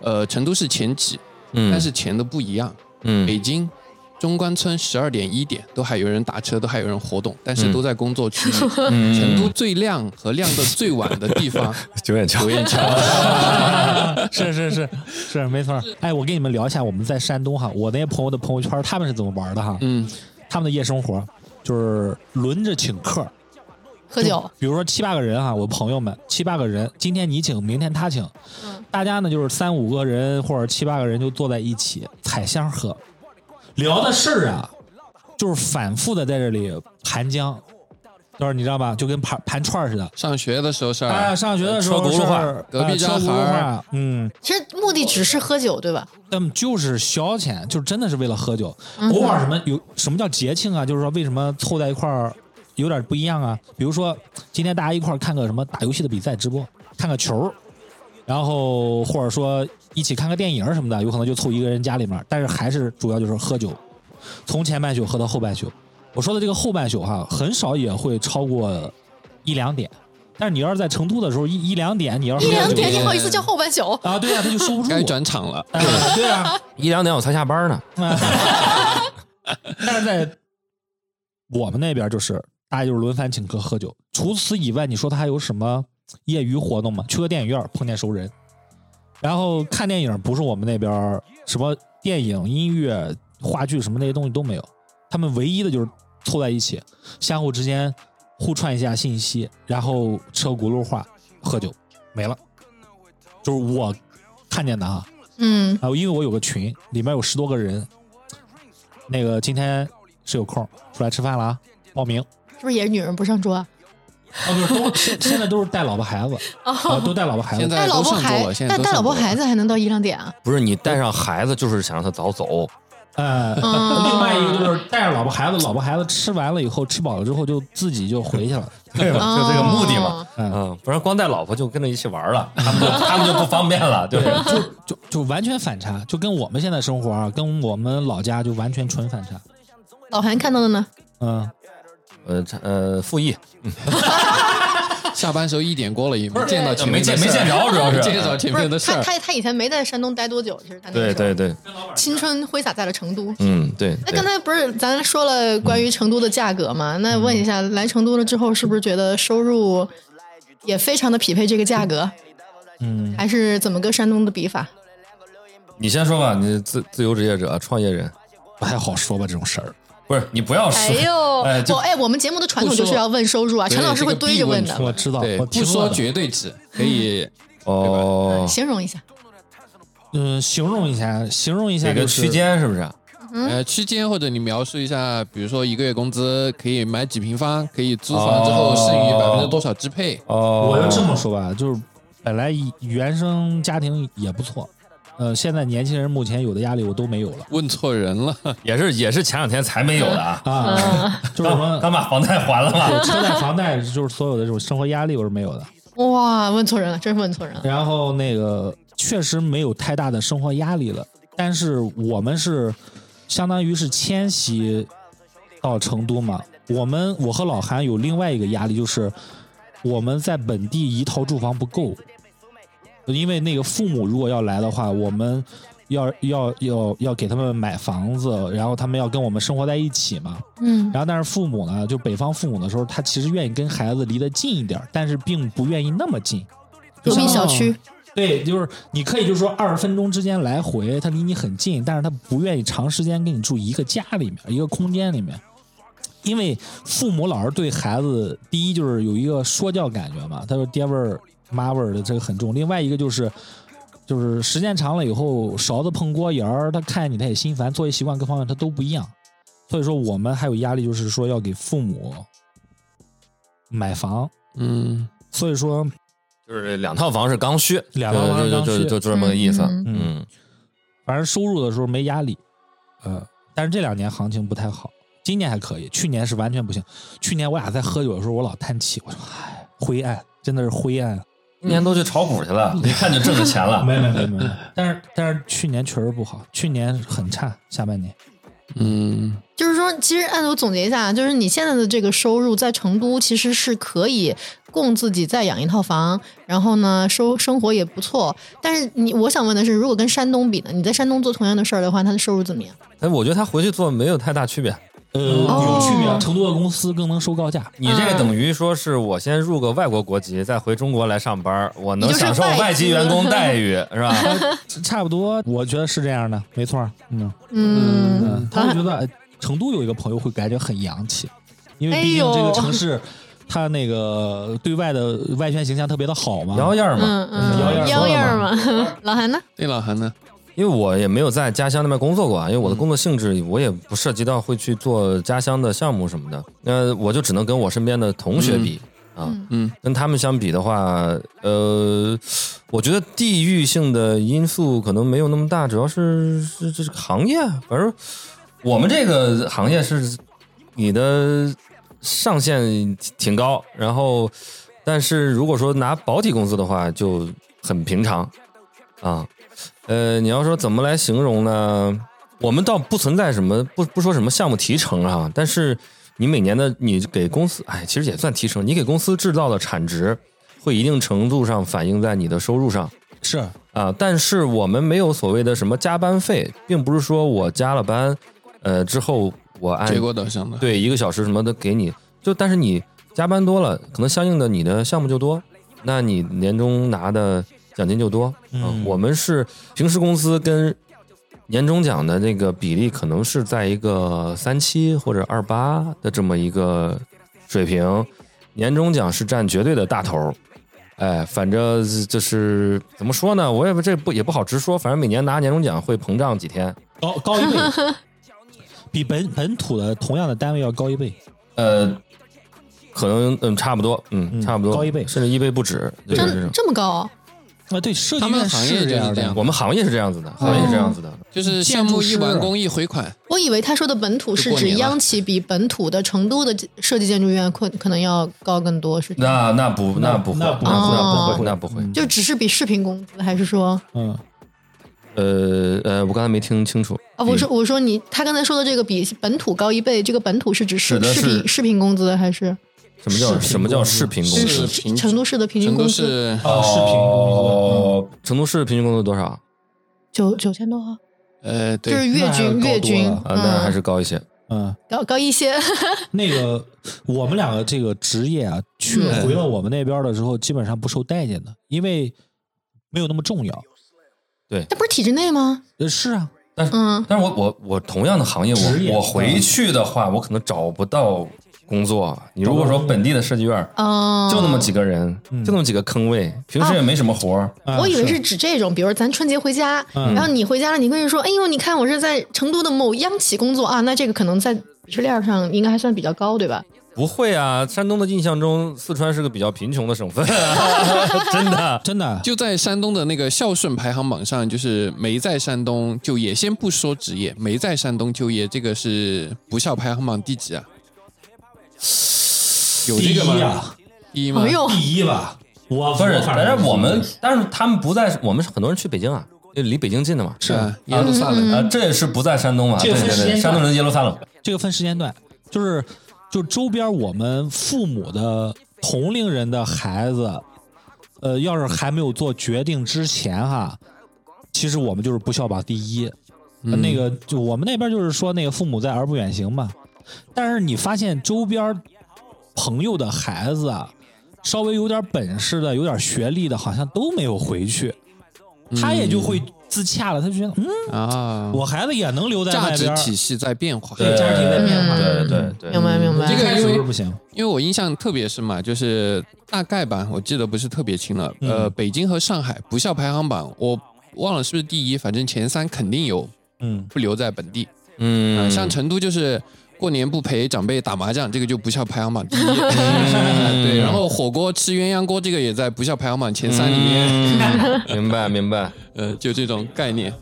Speaker 6: 呃，成都是前几，
Speaker 2: 嗯
Speaker 6: 但是前的不一样。
Speaker 2: 嗯
Speaker 6: 北京中关村十二点一点都还有人打车，都还有人活动，但是都在工作区域。成都最亮和亮的最晚的地方
Speaker 2: 九眼桥
Speaker 6: 九，眼桥，
Speaker 1: 是是是是，没错儿。哎，我跟你们聊一下我们在山东哈，我那些朋友的朋友圈他们是怎么玩的哈，
Speaker 6: 嗯，
Speaker 1: 他们的夜生活就是轮着请客，
Speaker 5: 喝酒，
Speaker 1: 比如说七八个人哈，我朋友们七八个人，今天你请，明天他请，
Speaker 5: 嗯
Speaker 1: 大家呢就是三五个人或者七八个人就坐在一起采香喝，聊的事儿啊，就是反复的在这里盘浆，就是你知道吧，就跟盘盘串儿似的。
Speaker 6: 上学的时候事
Speaker 1: 哎，
Speaker 6: 儿，
Speaker 1: 上学的时候
Speaker 2: 说轱辘话
Speaker 1: 事儿
Speaker 6: 隔壁
Speaker 1: 哎
Speaker 6: 家
Speaker 1: 说轱辘
Speaker 6: 孩儿
Speaker 1: 话，嗯，
Speaker 5: 其实目的只是喝酒，对吧？
Speaker 1: 那么就是消遣，就真的是为了喝酒。
Speaker 5: 嗯
Speaker 1: 偶尔什么有什么叫节庆啊？就是说为什么凑在一块儿有点不一样啊？比如说今天大家一块儿看个什么打游戏的比赛直播，看个球儿，然后或者说一起看个电影儿什么的，有可能就凑一个人家里面儿，但是还是主要就是喝酒，从前半宿喝到后半宿。我说的这个后半宿哈，很少也会超过一两点，但是你要是在成都的时候一一两点，你要是
Speaker 5: 一
Speaker 1: 啊喝
Speaker 5: 两
Speaker 1: 酒
Speaker 5: 点，你好意思叫后半宿？
Speaker 1: 啊，对呀、他就收不住。
Speaker 6: 该转场了。
Speaker 1: 哎对啊，
Speaker 2: 一两点我才下班呢。
Speaker 1: 但是在我们那边就是大家就是轮番请客喝酒。除此以外，你说他还有什么业余活动吗？去个电影院碰见熟人，然后看电影不是我们那边儿什么电影、音乐、话剧什么那些东西都没有，他们唯一的就是凑在一起，相互之间互串一下信息，然后吃个轱辘话，喝酒没了。就是我看见的啊，
Speaker 5: 嗯，
Speaker 1: 啊，因为我有个群，里面有十多个人。那个今天是有空出来吃饭了啊，报名。
Speaker 5: 是不是也是女人不上桌啊？
Speaker 1: 哦，不是，都现现在都是带老婆孩子，啊，
Speaker 5: 哦，
Speaker 1: 都带老婆孩
Speaker 6: 现
Speaker 1: 子。
Speaker 5: 带
Speaker 6: 在
Speaker 5: 老
Speaker 6: 都
Speaker 5: 婆
Speaker 6: 上桌
Speaker 5: 孩
Speaker 6: 了，现在
Speaker 5: 带
Speaker 6: 都
Speaker 5: 带老
Speaker 6: 上
Speaker 5: 婆
Speaker 6: 桌了
Speaker 5: 孩子还能到一两点啊？
Speaker 2: 不是你带上孩子，就是想让他早走。
Speaker 1: 呃，
Speaker 6: 哦
Speaker 5: 嗯
Speaker 1: 另外一个就是带着老婆孩子，老婆孩子吃完了以后，吃饱了之后就自己就回去了。
Speaker 2: 对吧？就这个目的嘛
Speaker 5: 哦。
Speaker 2: 嗯，不然光带老婆就跟着一起玩 了，他们就他们就不方便了，对吧？
Speaker 1: 就就就完全反差，就跟我们现在生活啊，跟我们老家就完全纯反差。
Speaker 5: 哦老韩看到的呢？
Speaker 1: 嗯，
Speaker 2: 呃呃，复议
Speaker 6: 下班时候一点过了，也没见到前面
Speaker 2: 没
Speaker 6: 的
Speaker 2: 见
Speaker 6: 事
Speaker 2: 没
Speaker 6: 儿
Speaker 2: 见着，主要
Speaker 6: 没
Speaker 2: 是
Speaker 6: 见着前
Speaker 5: 不是
Speaker 6: 面的事
Speaker 5: 他，
Speaker 6: 儿。
Speaker 5: 他他以前没在山东待多久，其实他那个
Speaker 2: 对
Speaker 5: 时
Speaker 2: 对
Speaker 5: 候
Speaker 2: 对，
Speaker 5: 青春挥洒在了成都。
Speaker 2: 嗯对。
Speaker 5: 那
Speaker 2: 对
Speaker 5: 刚才不是咱说了关于成都的价格吗？那问一下，来成都了之后，是不是觉得收入也非常的匹配这个价格？嗯，还是怎么个山东的比法？
Speaker 2: 你先说吧，你自自由职业者、创业人，
Speaker 1: 不太哎好说吧这种事儿。
Speaker 2: 不是你不要
Speaker 5: 哎
Speaker 2: 说，
Speaker 5: 呦，
Speaker 2: 哎就
Speaker 5: 我哎，我们节目的传统就是要问收入啊，
Speaker 6: 不说
Speaker 5: 陈老师会堆着问
Speaker 6: 对这
Speaker 5: 的，
Speaker 1: 我知道，
Speaker 6: 对，
Speaker 1: 我听
Speaker 6: 不说
Speaker 1: 了的
Speaker 6: 绝对值，可以
Speaker 2: 哦，
Speaker 5: 形容一下。
Speaker 1: 嗯，形容一下，形容一下
Speaker 2: 这个
Speaker 1: 就是
Speaker 2: 区间是不是？
Speaker 6: 呃区间或者你描述一下，比如说一个月工资可以买几平方，可以租房之后剩余百分之多少支配？
Speaker 2: 哦，
Speaker 1: 我就这么说吧，就是本来原生家庭也不错，呃，现在年轻人目前有的压力我都没有了
Speaker 6: 问错人了，
Speaker 2: 也是也是前两天才没有的啊，
Speaker 1: 啊， 就是什
Speaker 2: 刚
Speaker 1: 么
Speaker 2: 刚把房贷还了嘛。
Speaker 1: 车贷、房贷，就是所有的这种生活压力我是没有的。
Speaker 5: 哇，问错人了，真是问错人了。
Speaker 1: 然后那个确实没有太大的生活压力了，但是我们是相当于是迁徙到成都嘛，我们我和老韩有另外一个压力，就是我们在本地一套住房不够，因为那个父母如果要来的话，我们要要要要给他们买房子，然后他们要跟我们生活在一起嘛，
Speaker 5: 嗯
Speaker 1: 然后但是父母呢，就北方父母的时候，他其实愿意跟孩子离得近一点儿，但是并不愿意那么近。
Speaker 5: 隔壁小区
Speaker 1: 就像对，就是你可以就说二十分钟之间来回，他离你很近，但是他不愿意长时间跟你住一个家里面，一个空间里面，因为父母老是对孩子，第一就是有一个说教感觉嘛，他说爹味儿、妈味儿的这个很重，另外一个就是。就是时间长了以后，勺子碰锅沿儿，他看见你他也心烦，作息习惯各方面他都不一样，所以说我们还有压力，就是说要给父母买房，
Speaker 6: 嗯，
Speaker 1: 所以说
Speaker 2: 就是两套房是刚需，
Speaker 1: 两套房是刚需
Speaker 2: 就就就就就这么个意思。
Speaker 5: 嗯
Speaker 2: 嗯，
Speaker 1: 反正收入的时候没压力，
Speaker 5: 嗯
Speaker 1: 呃，但是这两年行情不太好，今年还可以，去年是完全不行。去年我俩在喝酒的时候，我老叹气，我说唉，灰暗，真的是灰暗。
Speaker 2: 今年都去炒股去了，一看就挣着钱了。
Speaker 1: 没没没没，但是但是去年确实不好，去年很差，下半年。
Speaker 6: 嗯，
Speaker 5: 就是说，其实按我总结一下，啊就是你现在的这个收入在成都其实是可以供自己再养一套房，然后呢，收生活也不错。但是你，我想问的是，如果跟山东比呢？你在山东做同样的事儿的话，他的收入怎么样？
Speaker 2: 哎，我觉得他回去做没有太大区别。
Speaker 1: 呃，
Speaker 5: 哦
Speaker 1: 有区别，成都的公司更能收高价。
Speaker 2: 你这个等于说是我先入个外国国籍，再回中国来上班，我能
Speaker 5: 你就是
Speaker 2: 享受
Speaker 5: 外
Speaker 2: 外籍
Speaker 5: 资
Speaker 2: 员工待遇，是吧？
Speaker 1: 差不多，我觉得是这样的，没错儿。嗯
Speaker 5: 嗯，
Speaker 1: 嗯，他会觉得呃成都有一个朋友会感觉很洋气，因为毕
Speaker 5: 哎
Speaker 1: 竟
Speaker 5: 呦
Speaker 1: 这个城市。他那个对外的外宣形象特别的好嘛。
Speaker 2: 摇样嘛，
Speaker 5: 嗯嗯，
Speaker 2: 摇样
Speaker 5: 幺样
Speaker 2: 儿
Speaker 5: 儿嘛。老韩呢？
Speaker 6: 对老韩呢？
Speaker 2: 因为我也没有在家乡那边工作过啊，因为我的工作性质我也不涉及到会去做家乡的项目什么的，那我就只能跟我身边的同学比、啊，
Speaker 6: 嗯，
Speaker 2: 跟他们相比的话，呃，我觉得地域性的因素可能没有那么大，主要是是这是行业，反正我们这个行业是你的上限挺高，然后但是如果说拿保底工资的话，就很平常啊。呃，你要说怎么来形容呢？我们倒不存在什么不不说什么项目提成啊，但是你每年的你给公司，哎，其实也算提成，你给公司制造的产值会一定程度上反映在你的收入上。
Speaker 1: 是，
Speaker 2: 啊，但是我们没有所谓的什么加班费，并不是说我加了班，呃，之后我按
Speaker 6: 结果导向的，
Speaker 2: 对一个小时什么的给你，就但是你加班多了，可能相应的你的项目就多，那你年终拿的奖金就多。嗯、
Speaker 1: 嗯
Speaker 2: 我们是平时工资跟年终奖的这个比例，可能是在一个三七或者二八的这么一个水平，年终奖是占绝对的大头儿。哎，反正就是怎么说呢，我也不这不也不好直说，反正每年拿年终奖会膨胀几天。
Speaker 1: 高高一倍， 比本本土的同样的单位要高一倍。
Speaker 2: 呃，可能嗯，差不多，嗯，
Speaker 1: 嗯
Speaker 2: 差不多
Speaker 1: 高一倍
Speaker 2: 甚至一倍不止，就是这
Speaker 5: 真
Speaker 2: 种。
Speaker 5: 这么高？哦
Speaker 1: 啊，对，设计
Speaker 6: 他们
Speaker 1: 院
Speaker 6: 行业就是
Speaker 1: 这样
Speaker 6: 这
Speaker 1: 的
Speaker 6: 样，
Speaker 2: 我们行业是这样子
Speaker 1: 哦
Speaker 2: 的，行业是这样子的，
Speaker 6: 就是项
Speaker 1: 建筑
Speaker 6: 目一
Speaker 1: 师
Speaker 6: 完
Speaker 1: 啊
Speaker 6: 工一回款，
Speaker 5: 我以为他说的本土是
Speaker 6: 就过
Speaker 5: 指
Speaker 6: 年了
Speaker 5: 央企比本土的成都的设计建筑院可可能要高更多，是这样
Speaker 2: 那那不那不会，
Speaker 1: 那
Speaker 2: 那
Speaker 1: 不会
Speaker 2: 不那
Speaker 5: 哦
Speaker 2: 不会，那不会。
Speaker 5: 就只是比视频工资，还是说
Speaker 1: 嗯，
Speaker 2: 呃呃，我刚才没听清楚
Speaker 5: 啊？我说我说你，他刚才说的这个比本土高一倍，这个本土是指视
Speaker 2: 指的
Speaker 5: 视
Speaker 2: 是
Speaker 5: 频视频工资，还是
Speaker 2: 什么叫
Speaker 1: 视频
Speaker 2: 什么叫
Speaker 1: 公司
Speaker 2: 视频工
Speaker 6: 是
Speaker 2: 资？
Speaker 6: 平
Speaker 5: 成都市的平均
Speaker 6: 成
Speaker 5: 工
Speaker 6: 都
Speaker 5: 资
Speaker 6: 是
Speaker 1: 哦，视频工
Speaker 2: 哦，成都市平均工资多少啊？
Speaker 5: 九九千多啊？
Speaker 6: 呃，
Speaker 5: 就
Speaker 6: 对
Speaker 5: 是，月
Speaker 1: 那还是
Speaker 5: 均
Speaker 1: 高
Speaker 5: 月
Speaker 1: 多
Speaker 5: 均，
Speaker 1: 了
Speaker 2: 那还
Speaker 5: 嗯，
Speaker 2: 是高一些。
Speaker 1: 作，嗯，
Speaker 5: 高高一些。
Speaker 1: 那个我们两个这个职业啊，去
Speaker 5: 嗯
Speaker 1: 回到我们那边的时候，基本上不受待见的，因为没有那么重要。
Speaker 5: 那不是体制内吗？
Speaker 1: 呃，是啊，
Speaker 2: 但是
Speaker 5: 嗯，
Speaker 2: 但是我我我同样的行业，
Speaker 1: 职业
Speaker 2: 我我回去的话，我可能找不到工作。你如果说本地的设计院，
Speaker 5: 哦，
Speaker 2: 就那么几个人，
Speaker 1: 嗯
Speaker 2: 就那么几个坑位，平时也没什么活儿。
Speaker 1: 啊
Speaker 5: 我以为是指这种，比如咱春节回家，
Speaker 1: 嗯
Speaker 5: 然后你回家了，你会说：“哎呦，你看我是在成都的某央企工作啊。”那这个可能在鄙视链上应该还算比较高，对吧？
Speaker 2: 不会啊，山东的印象中，四川是个比较贫穷的省 份， 真 的。
Speaker 1: 真的，
Speaker 6: 就在山东的那个孝顺排行榜上，就是没在山东就业，先不说职业，没在山东就业，这个是不孝排行榜第几啊？有
Speaker 1: 第一
Speaker 6: 这个吗？
Speaker 1: 啊，
Speaker 6: 第一吗
Speaker 5: 哎？呦，
Speaker 1: 第一吧，我
Speaker 2: 不是，
Speaker 1: 反正
Speaker 2: 但是我们，但是他们不在，我们是很多人去北京啊，因为离北京近的嘛。
Speaker 6: 是啊，耶路撒
Speaker 5: 嗯
Speaker 6: 冷。
Speaker 2: 啊，这也是不在山东嘛，
Speaker 1: 这
Speaker 2: 对
Speaker 1: 个
Speaker 2: 对
Speaker 1: 是时间段
Speaker 2: 对，山东人耶路撒冷。
Speaker 1: 这个分时间段，就是就周边我们父母的同龄人的孩子，呃，要是还没有做决定之前哈，其实我们就是不孝榜第一。呃那个就我们那边就是说那个父母在而不远行嘛，但是你发现周边朋友的孩子啊，稍微有点本事的、有点学历的，好像都没有回去，他也就会自洽了，他就觉得嗯，
Speaker 6: 啊，
Speaker 1: 我孩子也能留在
Speaker 6: 价
Speaker 1: 外
Speaker 6: 值
Speaker 1: 边儿。
Speaker 6: 体系在变化。
Speaker 1: 对家庭在变化
Speaker 2: 对对对
Speaker 5: 明白明白。
Speaker 6: 这个
Speaker 1: 开始
Speaker 6: 因为
Speaker 1: 不是不行，
Speaker 6: 因为我印象特别深嘛，就是大概吧，我记得不是特别清了。呃，北京和上海不校排行榜，我忘了是不是第一，反正前三肯定有
Speaker 1: 嗯，
Speaker 6: 不留在本地。
Speaker 2: 嗯
Speaker 6: 嗯，像成都就是过年不陪长辈打麻将，这个就不校排行榜第一。 对，然后火锅吃鸳鸯锅，这个也在不校排行榜前三里面。
Speaker 2: 嗯明白明白。
Speaker 6: 呃，就这种概念。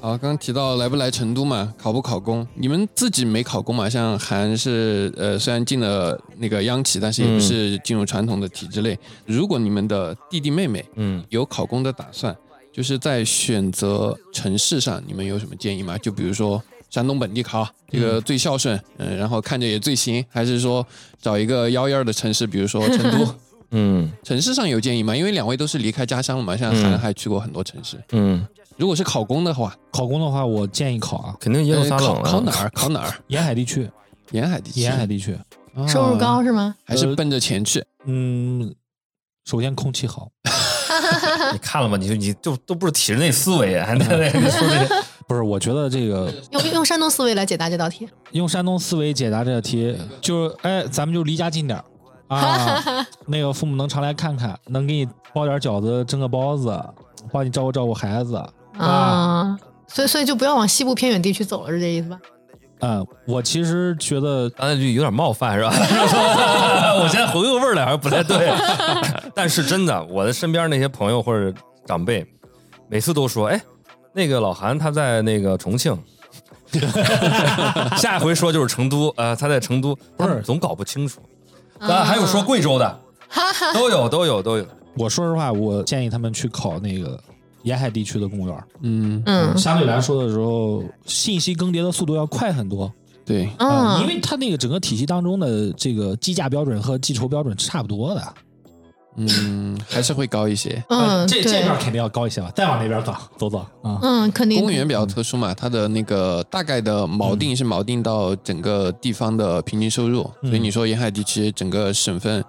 Speaker 6: 好，刚刚提到来不来成都嘛，考不考公？你们自己没考公嘛？像韩是呃，虽然进了那个央企，但是也不是进入传统的体制内。如果你们的弟弟妹妹
Speaker 2: 嗯，
Speaker 6: 有考公的打算，就是在选择城市上，你们有什么建议吗？就比如说山东本地考这个最孝顺，嗯、然后看着也最行，还是说找一个幺幺的城市，比如说成都？
Speaker 2: 嗯
Speaker 6: 城市上有建议吗？因为两位都是离开家乡了嘛，像韩还去过很多城市。
Speaker 2: 嗯，
Speaker 6: 如果是考公的话，
Speaker 1: 考公的话，我建议考啊，
Speaker 2: 肯定耶路
Speaker 6: 呃
Speaker 2: 撒冷
Speaker 6: 考
Speaker 2: 啊
Speaker 6: 考哪儿？考哪儿？
Speaker 1: 沿海地区，
Speaker 6: 沿海地区。
Speaker 1: 沿海地区，
Speaker 6: 啊
Speaker 5: 收入高是吗？
Speaker 6: 还是奔着钱去？
Speaker 1: 嗯，首先空气好，
Speaker 2: 你看了吗？你就你就都不是体制内思维，还在那说这个。
Speaker 1: 不是，我觉得这个
Speaker 5: 用用山东思维来解答这道题。
Speaker 1: 用山东思维解答这个题，就是哎，咱们就离家近点儿 啊，那个父母能常来看看，能给你包点饺子、蒸个包子，帮你照顾照顾孩子啊。
Speaker 5: 啊，所以所以就不要往西部偏远地区走了，是这意思吧？
Speaker 1: 嗯，我其实觉得
Speaker 2: 刚才就有点冒犯是吧？我现在回过味儿来，好像不太对。但是真的，我的身边那些朋友或者长辈，每次都说：“哎，那个老韩他在那个重庆。”下一回说就是成都，呃，他在成都，
Speaker 1: 不是
Speaker 2: 他们总搞不清楚。当然还有说贵州的，都有都有都有。
Speaker 1: 我说实话，我建议他们去考那个沿海地区的公务员儿，
Speaker 6: 嗯，
Speaker 5: 嗯
Speaker 1: 相对来说的时候，信息更迭的速度要快很多。
Speaker 6: 对，
Speaker 1: 啊，因
Speaker 5: 嗯，
Speaker 1: 为它那个整个体系当中的这个计价标准和计酬标准是差不多的，
Speaker 6: 嗯，还是会高一些。
Speaker 5: 嗯，
Speaker 1: 呃这这
Speaker 5: 对
Speaker 1: 边儿肯定要高一些吧，再往那边儿走走走啊，
Speaker 5: 嗯，肯定
Speaker 6: 公务员比较特殊嘛，它的那个大概的锚定是锚定到整个地方的平均收入，
Speaker 1: 嗯
Speaker 6: 所以你说沿海地区整个省份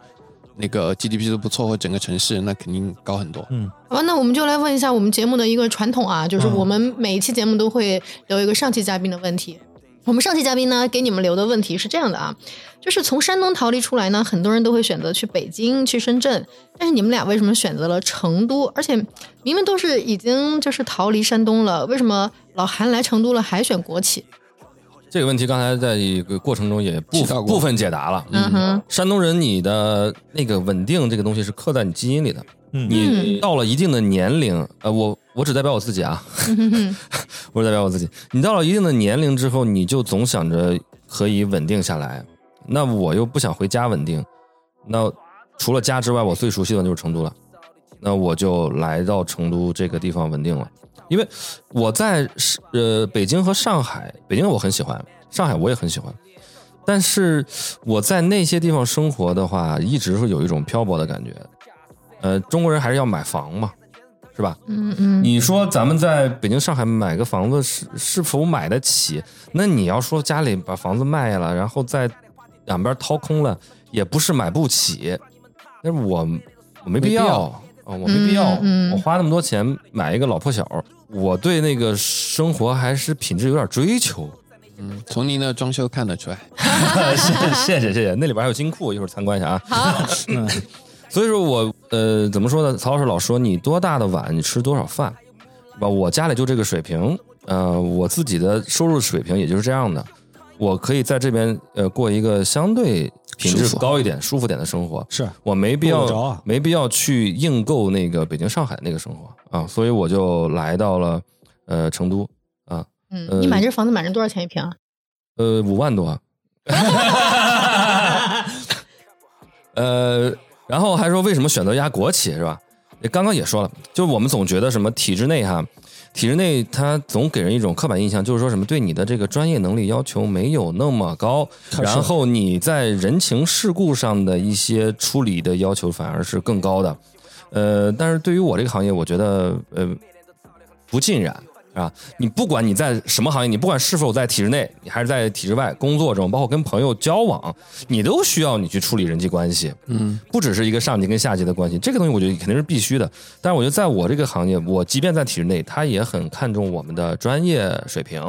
Speaker 6: 那个 GDP 都不错，或整个城市那肯定高很多。
Speaker 5: 好吧，那我们就来问一下我们节目的一个传统啊，就是
Speaker 1: 嗯
Speaker 5: 我们每一期节目都会留一个上期嘉宾的问题。我们上期嘉宾呢给你们留的问题是这样的啊，就是从山东逃离出来呢，很多人都会选择去北京、去深圳，但是你们俩为什么选择了成都？而且明明都是已经就是逃离山东了，为什么老韩来成都了还选国企？
Speaker 2: 这个问题刚才在一个过程中也部
Speaker 6: 提到过
Speaker 2: 部分解答了。
Speaker 5: 嗯哼，
Speaker 2: 山东人，你的那个稳定这个东西是刻在你基因里的。
Speaker 1: 嗯
Speaker 2: 你到了一定的年龄，呃，我我只代表我自己啊， 我只代表我自己。你到了一定的年龄之后，你就总想着可以稳定下来，那我又不想回家稳定，那除了家之外，我最熟悉的就是成都了。那我就来到成都这个地方稳定了，因为我在是呃北京和上海，北京我很喜欢，上海我也很喜欢，但是我在那些地方生活的话，一直会有一种漂泊的感觉。呃，中国人还是要买房嘛，是吧？
Speaker 5: 嗯嗯，
Speaker 2: 你说咱们在北京、上海买个房子是是否买得起？那你要说家里把房子卖了，然后在两边掏空了，也不是买不起。但是我我没必要
Speaker 6: 没必要
Speaker 2: 啊、我没必要、
Speaker 5: 嗯嗯
Speaker 2: 我花那么多钱买一个老破小，我对那个生活还是品质有点追求。
Speaker 6: 嗯，从您的装修看得出来。
Speaker 2: 谢谢谢谢，那里边还有金库，一会儿参观一下啊。
Speaker 5: 好，
Speaker 2: 所以说我呃怎么说呢？曹老师老说你多大的碗你吃多少饭，是吧？我家里就这个水平，呃，我自己的收入水平也就是这样的，我可以在这边呃过一个相对品质
Speaker 6: 舒服
Speaker 2: 高一点、舒服点的生活，
Speaker 1: 是
Speaker 2: 我没必要、
Speaker 1: 够得着啊
Speaker 2: 没必要去硬购那个北京、上海那个生活啊，所以我就来到了呃成都啊，
Speaker 5: 嗯，你买这房子买人多少钱一平啊？
Speaker 2: 呃五万 多，呃，然后还说为什么选择一家国企是吧？也刚刚也说了，就是我们总觉得什么体制内哈，体制内它总给人一种刻板印象，就是说什么对你的这个专业能力要求没有那么高，
Speaker 1: 可是
Speaker 2: 然后你在人情世故上的一些处理的要求反而是更高的。呃，但是对于我这个行业，我觉得呃不尽然啊。你不管你在什么行业，你不管是否在体制内，你还是在体制外工作中，包括跟朋友交往，你都需要你去处理人际关系。
Speaker 6: 嗯，
Speaker 2: 不只是一个上级跟下级的关系，这个东西我觉得肯定是必须的。但是我觉得在我这个行业，我即便在体制内，他也很看重我们的专业水平。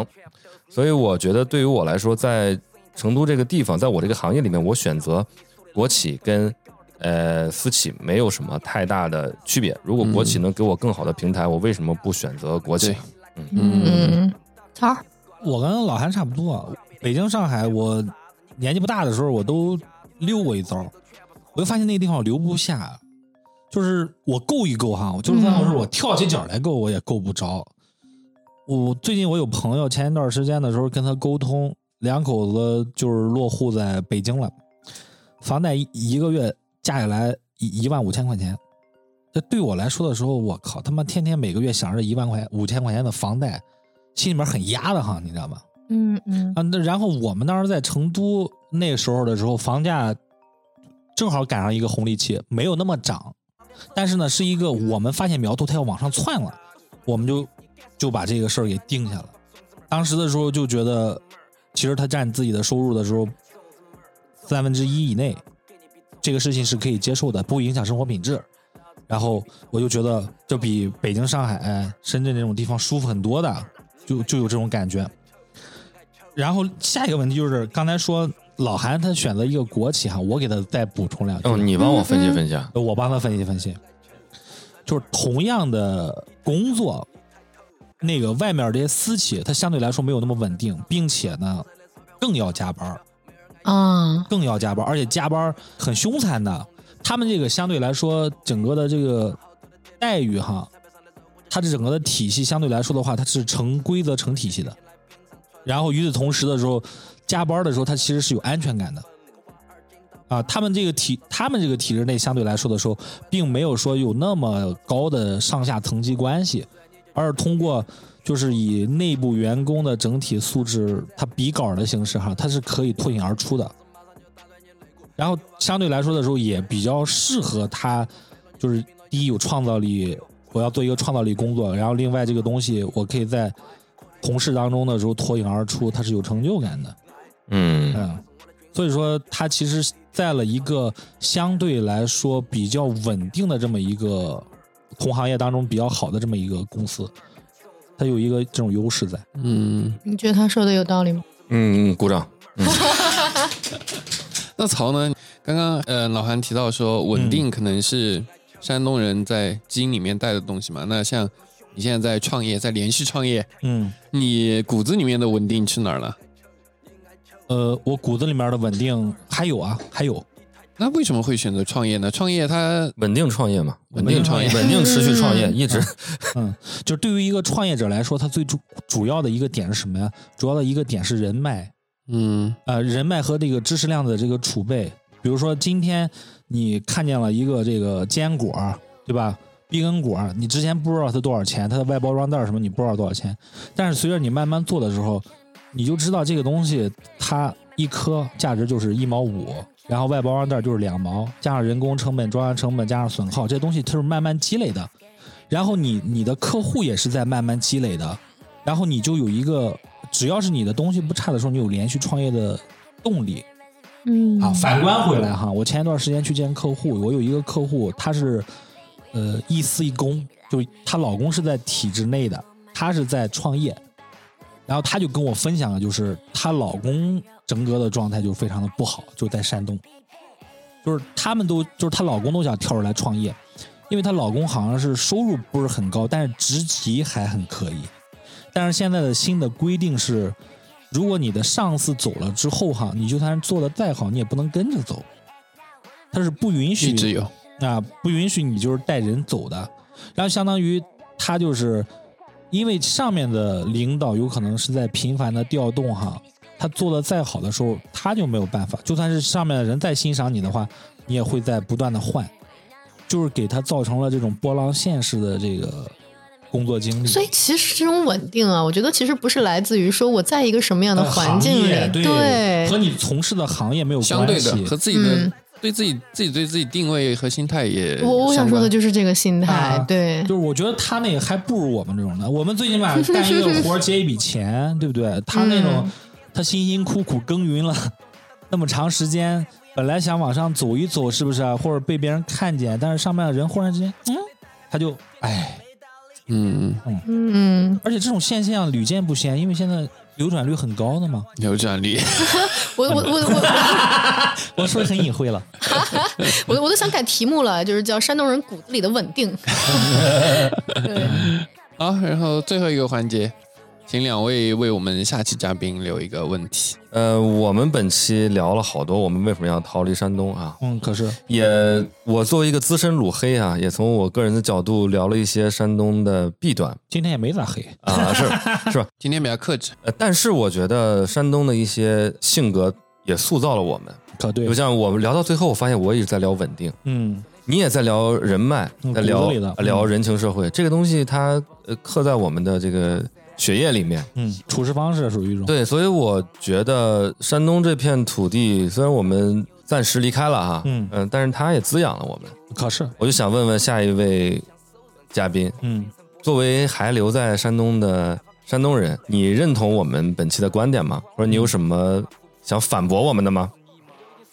Speaker 2: 所以我觉得对于我来说，在成都这个地方，在我这个行业里面，我选择国企跟呃私企没有什么太大的区别。如果国企能给我更好的平台，我为什么不选择国企
Speaker 6: 对？
Speaker 5: 嗯，曹儿，
Speaker 1: 我跟老韩差不多，北京、上海，我年纪不大的时候我都溜过一遭，我就发现那个地方我留不下，就是我够一够哈，我就是算是我跳起脚来够我也够不着。我最近我有朋友前一段时间的时候跟他沟通，两口子就是落户在北京了，房贷一一个月加起来一一万五千块钱。这对我来说的时候，我靠，他妈天天每个月想着一万块五千块钱的房贷，心里面很压的哈，你知道吗？
Speaker 5: 嗯嗯
Speaker 1: 啊，那然后我们当时在成都那时候的时候，房价正好赶上一个红利期，没有那么涨，但是呢，是一个我们发现苗头它要往上窜了，我们就就把这个事儿给定下了。当时的时候就觉得，其实他占自己的收入的时候三分之一以内，这个事情是可以接受的，不影响生活品质。然后我就觉得这比北京、上海、深圳这种地方舒服很多的，就就有这种感觉。然后下一个问题就是刚才说老韩他选择一个国企哈，我给他再补充两句。
Speaker 2: 嗯，你帮我分析分析啊。
Speaker 1: 我帮他分析分析，就是同样的工作，那个外面这些私企，它相对来说没有那么稳定，并且呢，更要加班儿，
Speaker 5: 啊，
Speaker 1: 更要加班儿，而且加班儿很凶残的。他们这个相对来说，整个的这个待遇哈，它这整个的体系相对来说的话，它是成规则成体系的。然后与此同时的时候，加班儿的时候，它其实是有安全感的。啊，他们这个体，他们这个体制内相对来说的时候，并没有说有那么高的上下层级关系，而是通过就是以内部员工的整体素质，它比稿的形式哈，它是可以脱颖而出的。然后相对来说的时候，也比较适合他，就是第一有创造力，我要做一个创造力工作，然后另外这个东西我可以在同事当中的时候脱颖而出，它是有成就感的。
Speaker 2: 嗯
Speaker 1: 嗯，所以说它其实在了一个相对来说比较稳定的这么一个同行业当中比较好的这么一个公司，它有一个这种优势在。
Speaker 6: 嗯，
Speaker 5: 你觉得他说的有道理吗？
Speaker 2: 嗯，嗯鼓掌。
Speaker 6: 那曹呢？刚刚呃，老韩提到说
Speaker 1: 嗯
Speaker 6: 稳定可能是山东人在基因里面带的东西嘛。那像你现在在创业，在连续创业，
Speaker 1: 嗯，
Speaker 6: 你骨子里面的稳定去哪儿了？
Speaker 1: 呃，我骨子里面的稳定还有啊，还有
Speaker 6: 那为什么会选择创业呢？创业它
Speaker 2: 稳定创业嘛，
Speaker 6: 稳定创业
Speaker 2: 稳定持续创业，一直
Speaker 1: 就是对于一个创业者来说，他最主主要的一个点是什么呀？主要的一个点是人脉，
Speaker 6: 嗯
Speaker 1: 呃，人脉和这个知识量的这个储备。比如说，今天你看见了一个这个坚果儿，对吧？碧根果儿，你之前不知道它多少钱，它的外包装袋儿什么你不知道多少钱，但是随着你慢慢做的时候，你就知道这个东西它一颗价值就是一毛五，然后外包装袋儿就是两毛，加上人工成本、装箱成本，加上损耗，这些东西它是慢慢积累的。然后你你的客户也是在慢慢积累的，然后你就有一个，只要是你的东西不差的时候，你有连续创业的动力
Speaker 5: 嗯
Speaker 1: 啊。反观回来哈，我前一段时间去见客户，我有一个客户，她是呃一私一公，就她老公是在体制内的，她是在创业，然后她就跟我分享了，就是她老公整个的状态就非常的不好，就在山东，就是他们都就是她老公都想跳出来创业，因为她老公好像是收入不是很高，但是职级还很可以。但是现在的新的规定是，如果你的上司走了之后哈，你就算做的再好，你也不能跟着走，他是不允许
Speaker 6: 一直有
Speaker 1: 啊，不允许你就是带人走的。然后相当于他就是因为上面的领导有可能是在频繁的调动哈，他做的再好的时候，他就没有办法。就算是上面的人再欣赏你的话，你也会在不断的换，就是给他造成了这种波浪线式的这个工作经历。
Speaker 5: 所以其实这种稳定啊，我觉得其实不是来自于说我在一个什么样的
Speaker 1: 呃
Speaker 5: 环境
Speaker 1: 行
Speaker 5: 里
Speaker 1: 业，对
Speaker 5: 对
Speaker 1: 和你从事的行业没有
Speaker 6: 相对
Speaker 1: 关系
Speaker 6: 的和自己的、
Speaker 5: 嗯
Speaker 6: 对自己自己对自己定位和心态也
Speaker 5: 我我想说的
Speaker 6: 就
Speaker 5: 就是这个心态，
Speaker 1: 啊
Speaker 5: 对
Speaker 1: 就。是我觉得他那个还不如我们这种的，我们最起码干一个活儿结一笔钱，对不对？他那种、他辛辛苦苦耕耘了那么长时间，本来想往上走一走，是不是啊？或者被别人看见，但是上面的人忽然之间，嗯，他就哎，
Speaker 6: 嗯
Speaker 5: 嗯，
Speaker 1: 而且这种现象屡见不鲜，因为现在流转率很高的嘛。
Speaker 6: 扭转力，
Speaker 5: 我我我我
Speaker 1: 我说的很隐晦了，
Speaker 5: 我都我都想改题目了，就是叫山东人骨子里的稳定。对，
Speaker 6: 好，然后最后一个环节，请两位为我们下期嘉宾留一个问题。
Speaker 2: 呃，我们本期聊了好多，我们为什么要逃离山东啊？
Speaker 1: 嗯，可是
Speaker 2: 也，我作为一个资深鲁黑啊，也从我个人的角度聊了一些山东的弊端
Speaker 1: 今天也没咋黑，
Speaker 2: 啊，是是吧？
Speaker 6: 今天比较克制，
Speaker 2: 呃，但是我觉得山东的一些性格也塑造了我们。
Speaker 1: 可对
Speaker 2: 就，像我们聊到最后，我发现我一直在聊稳定，
Speaker 1: 嗯，
Speaker 2: 你也在聊人脉，
Speaker 1: 嗯
Speaker 2: 在
Speaker 1: 骨
Speaker 2: 聊
Speaker 1: 子里的嗯
Speaker 2: 聊人情社会，这个东西它呃刻在我们的这个血液里面。
Speaker 1: 嗯，处事方式属于一种，
Speaker 2: 对，所以我觉得山东这片土地，虽然我们暂时离开了哈，呃
Speaker 1: 嗯
Speaker 2: 但是它也滋养了我们。
Speaker 1: 可是，
Speaker 2: 我就想问问下一位嘉宾，
Speaker 1: 嗯，
Speaker 2: 作为还留在山东的山东人，你认同我们本期的观点吗？或者你有什么想反驳我们的吗？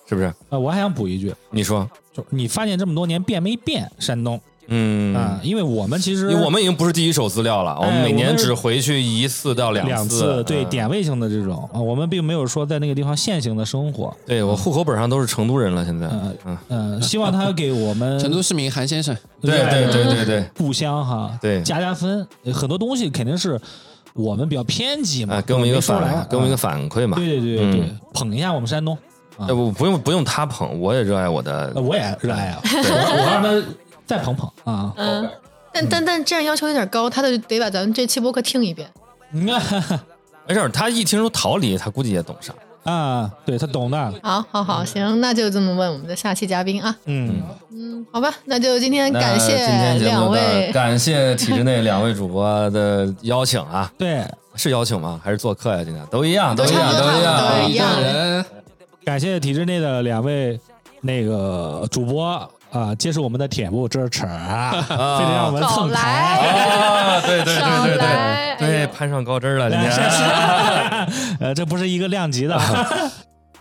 Speaker 2: 是不是？
Speaker 1: 呃，我还想补一句，
Speaker 2: 你说，
Speaker 1: 就是你发现这么多年变没变山东？
Speaker 2: 嗯
Speaker 1: 啊，，因为我们其实
Speaker 2: 因为我们已经不是第一手资料了，我们每
Speaker 1: 哎我
Speaker 2: 年
Speaker 1: 们是
Speaker 2: 只回去一次到
Speaker 1: 两
Speaker 2: 次，
Speaker 1: 对
Speaker 2: 嗯
Speaker 1: 点位性的这种啊，我们并没有说在那个地方线性的生活。
Speaker 2: 对我户口本上都是成都人了，现在，嗯，
Speaker 1: 嗯，希望他给我们
Speaker 6: 成都市民韩先生，
Speaker 2: 对对对对对，
Speaker 1: 故乡哈，
Speaker 2: 对
Speaker 1: 加加分，呃很多东西肯定是我们比较偏激嘛，
Speaker 2: 啊，给我们一个
Speaker 1: 没说来
Speaker 2: 反，，给我们一个
Speaker 1: 啊
Speaker 2: 反馈嘛。
Speaker 1: 对对对对
Speaker 2: 嗯，
Speaker 1: 捧一下我们山东，
Speaker 2: 哎，不不用不用他捧，我也热爱我的
Speaker 1: 呃，我也热爱 啊，我我让他再捧捧啊，
Speaker 5: 嗯，但但但这样要求有点高，他得得把咱们这期播客听一遍。
Speaker 1: 你看
Speaker 2: 没事儿，他一听说逃离，他估计也懂啥。
Speaker 1: 啊，对他懂的，
Speaker 5: 好，好，好，行，那就这么问我们的下期嘉宾啊。
Speaker 1: 嗯，
Speaker 5: 嗯，好吧，那就今天感谢
Speaker 2: 那今天节目
Speaker 5: 两
Speaker 2: 到这儿
Speaker 5: 位，
Speaker 2: 感谢体制内两位主播的邀请啊，
Speaker 1: 对，
Speaker 2: 是邀请吗？还是做客呀、今天都一样，都一
Speaker 5: 差
Speaker 2: 样，
Speaker 5: 不多
Speaker 2: 一
Speaker 5: 差不
Speaker 2: 样啊
Speaker 5: 多。一样
Speaker 6: 人，
Speaker 1: 感谢体制内的两位那个主播啊，接受我们的铁幕支持啊，非得让我们
Speaker 5: 少
Speaker 1: 蹭台。
Speaker 5: 来，
Speaker 2: 啊，对对对
Speaker 5: 少
Speaker 2: 对对，
Speaker 5: 来哎
Speaker 2: 对
Speaker 5: 呦
Speaker 2: 攀上高枝儿了，今
Speaker 1: 来是
Speaker 2: 天。啊
Speaker 1: 是 呃，这不是一个量级的，啊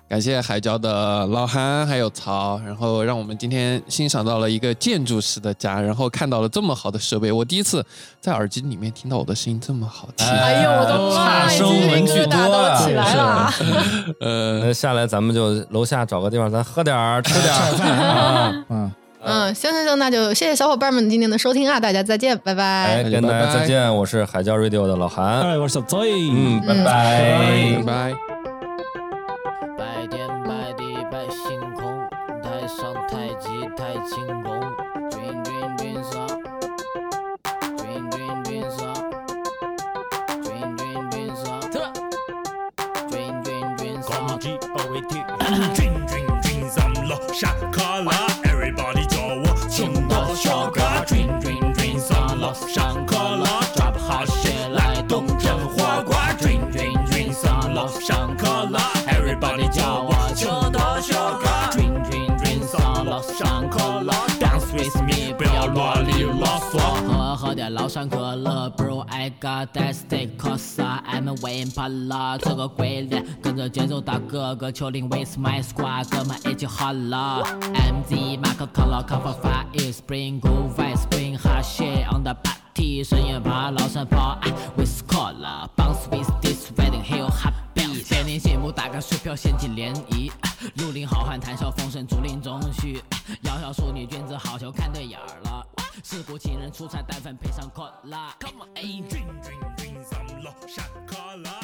Speaker 6: 感谢海椒的老韩还有曹，然后让我们今天欣赏到了一个建筑师的家，然后看到了这么好的设备，我第一次在耳机里面听到我的声音这么好听。
Speaker 5: 哎呦，我的妈呀，
Speaker 2: 差
Speaker 5: 鸡皮
Speaker 2: 生文具
Speaker 5: 疙
Speaker 2: 多啊
Speaker 5: 瘩
Speaker 2: 嗯
Speaker 5: 都起来了啊。
Speaker 6: 呃，
Speaker 2: 那下来咱们就楼下找个地方，咱喝点儿，吃点 儿啊！
Speaker 1: 嗯，
Speaker 5: 嗯，行行行，那就谢谢小伙伴们今天的收听啊，大家再见，拜拜
Speaker 2: 哎，。跟大家再见，我是海椒 radio 的老韩，
Speaker 1: 哎，我是小 Zoe，
Speaker 2: 嗯，拜
Speaker 5: 嗯
Speaker 2: 拜
Speaker 6: 拜。拜。
Speaker 4: 拜天拜地拜星空，太上太极太清宫，君君君上，君君君上，君君君上，君君君上。
Speaker 7: G O A T，君君君咱们楼下卡拉，Everybody 叫我青岛小嘎，君君君咱老上课了，抓不好谁来东征花瓜，君君君咱老上课了，Everybody 叫我青岛小嘎，君君君咱老上课了，Dance with me，不要啰里啰嗦。
Speaker 4: 喝喝点崂山可乐，Bro I got that steak cosa I'm a way in pala，做个鬼脸，跟着节奏打哥哥，丘陵 with my squad，哥们一起哈拉。MZ 马克康老康发发 is spring good vibes spring hot shit on the party，深夜爬崂山跑 with cola bounce with this wedding hill happy，千年羡慕打开水漂掀起涟漪，绿林好汉谈笑风生竹林中虚，窈窕淑女君子好逑看对眼儿了，世故情人出差带饭配上 cola，come on 哎。
Speaker 7: 君君君咱们楼下卡拉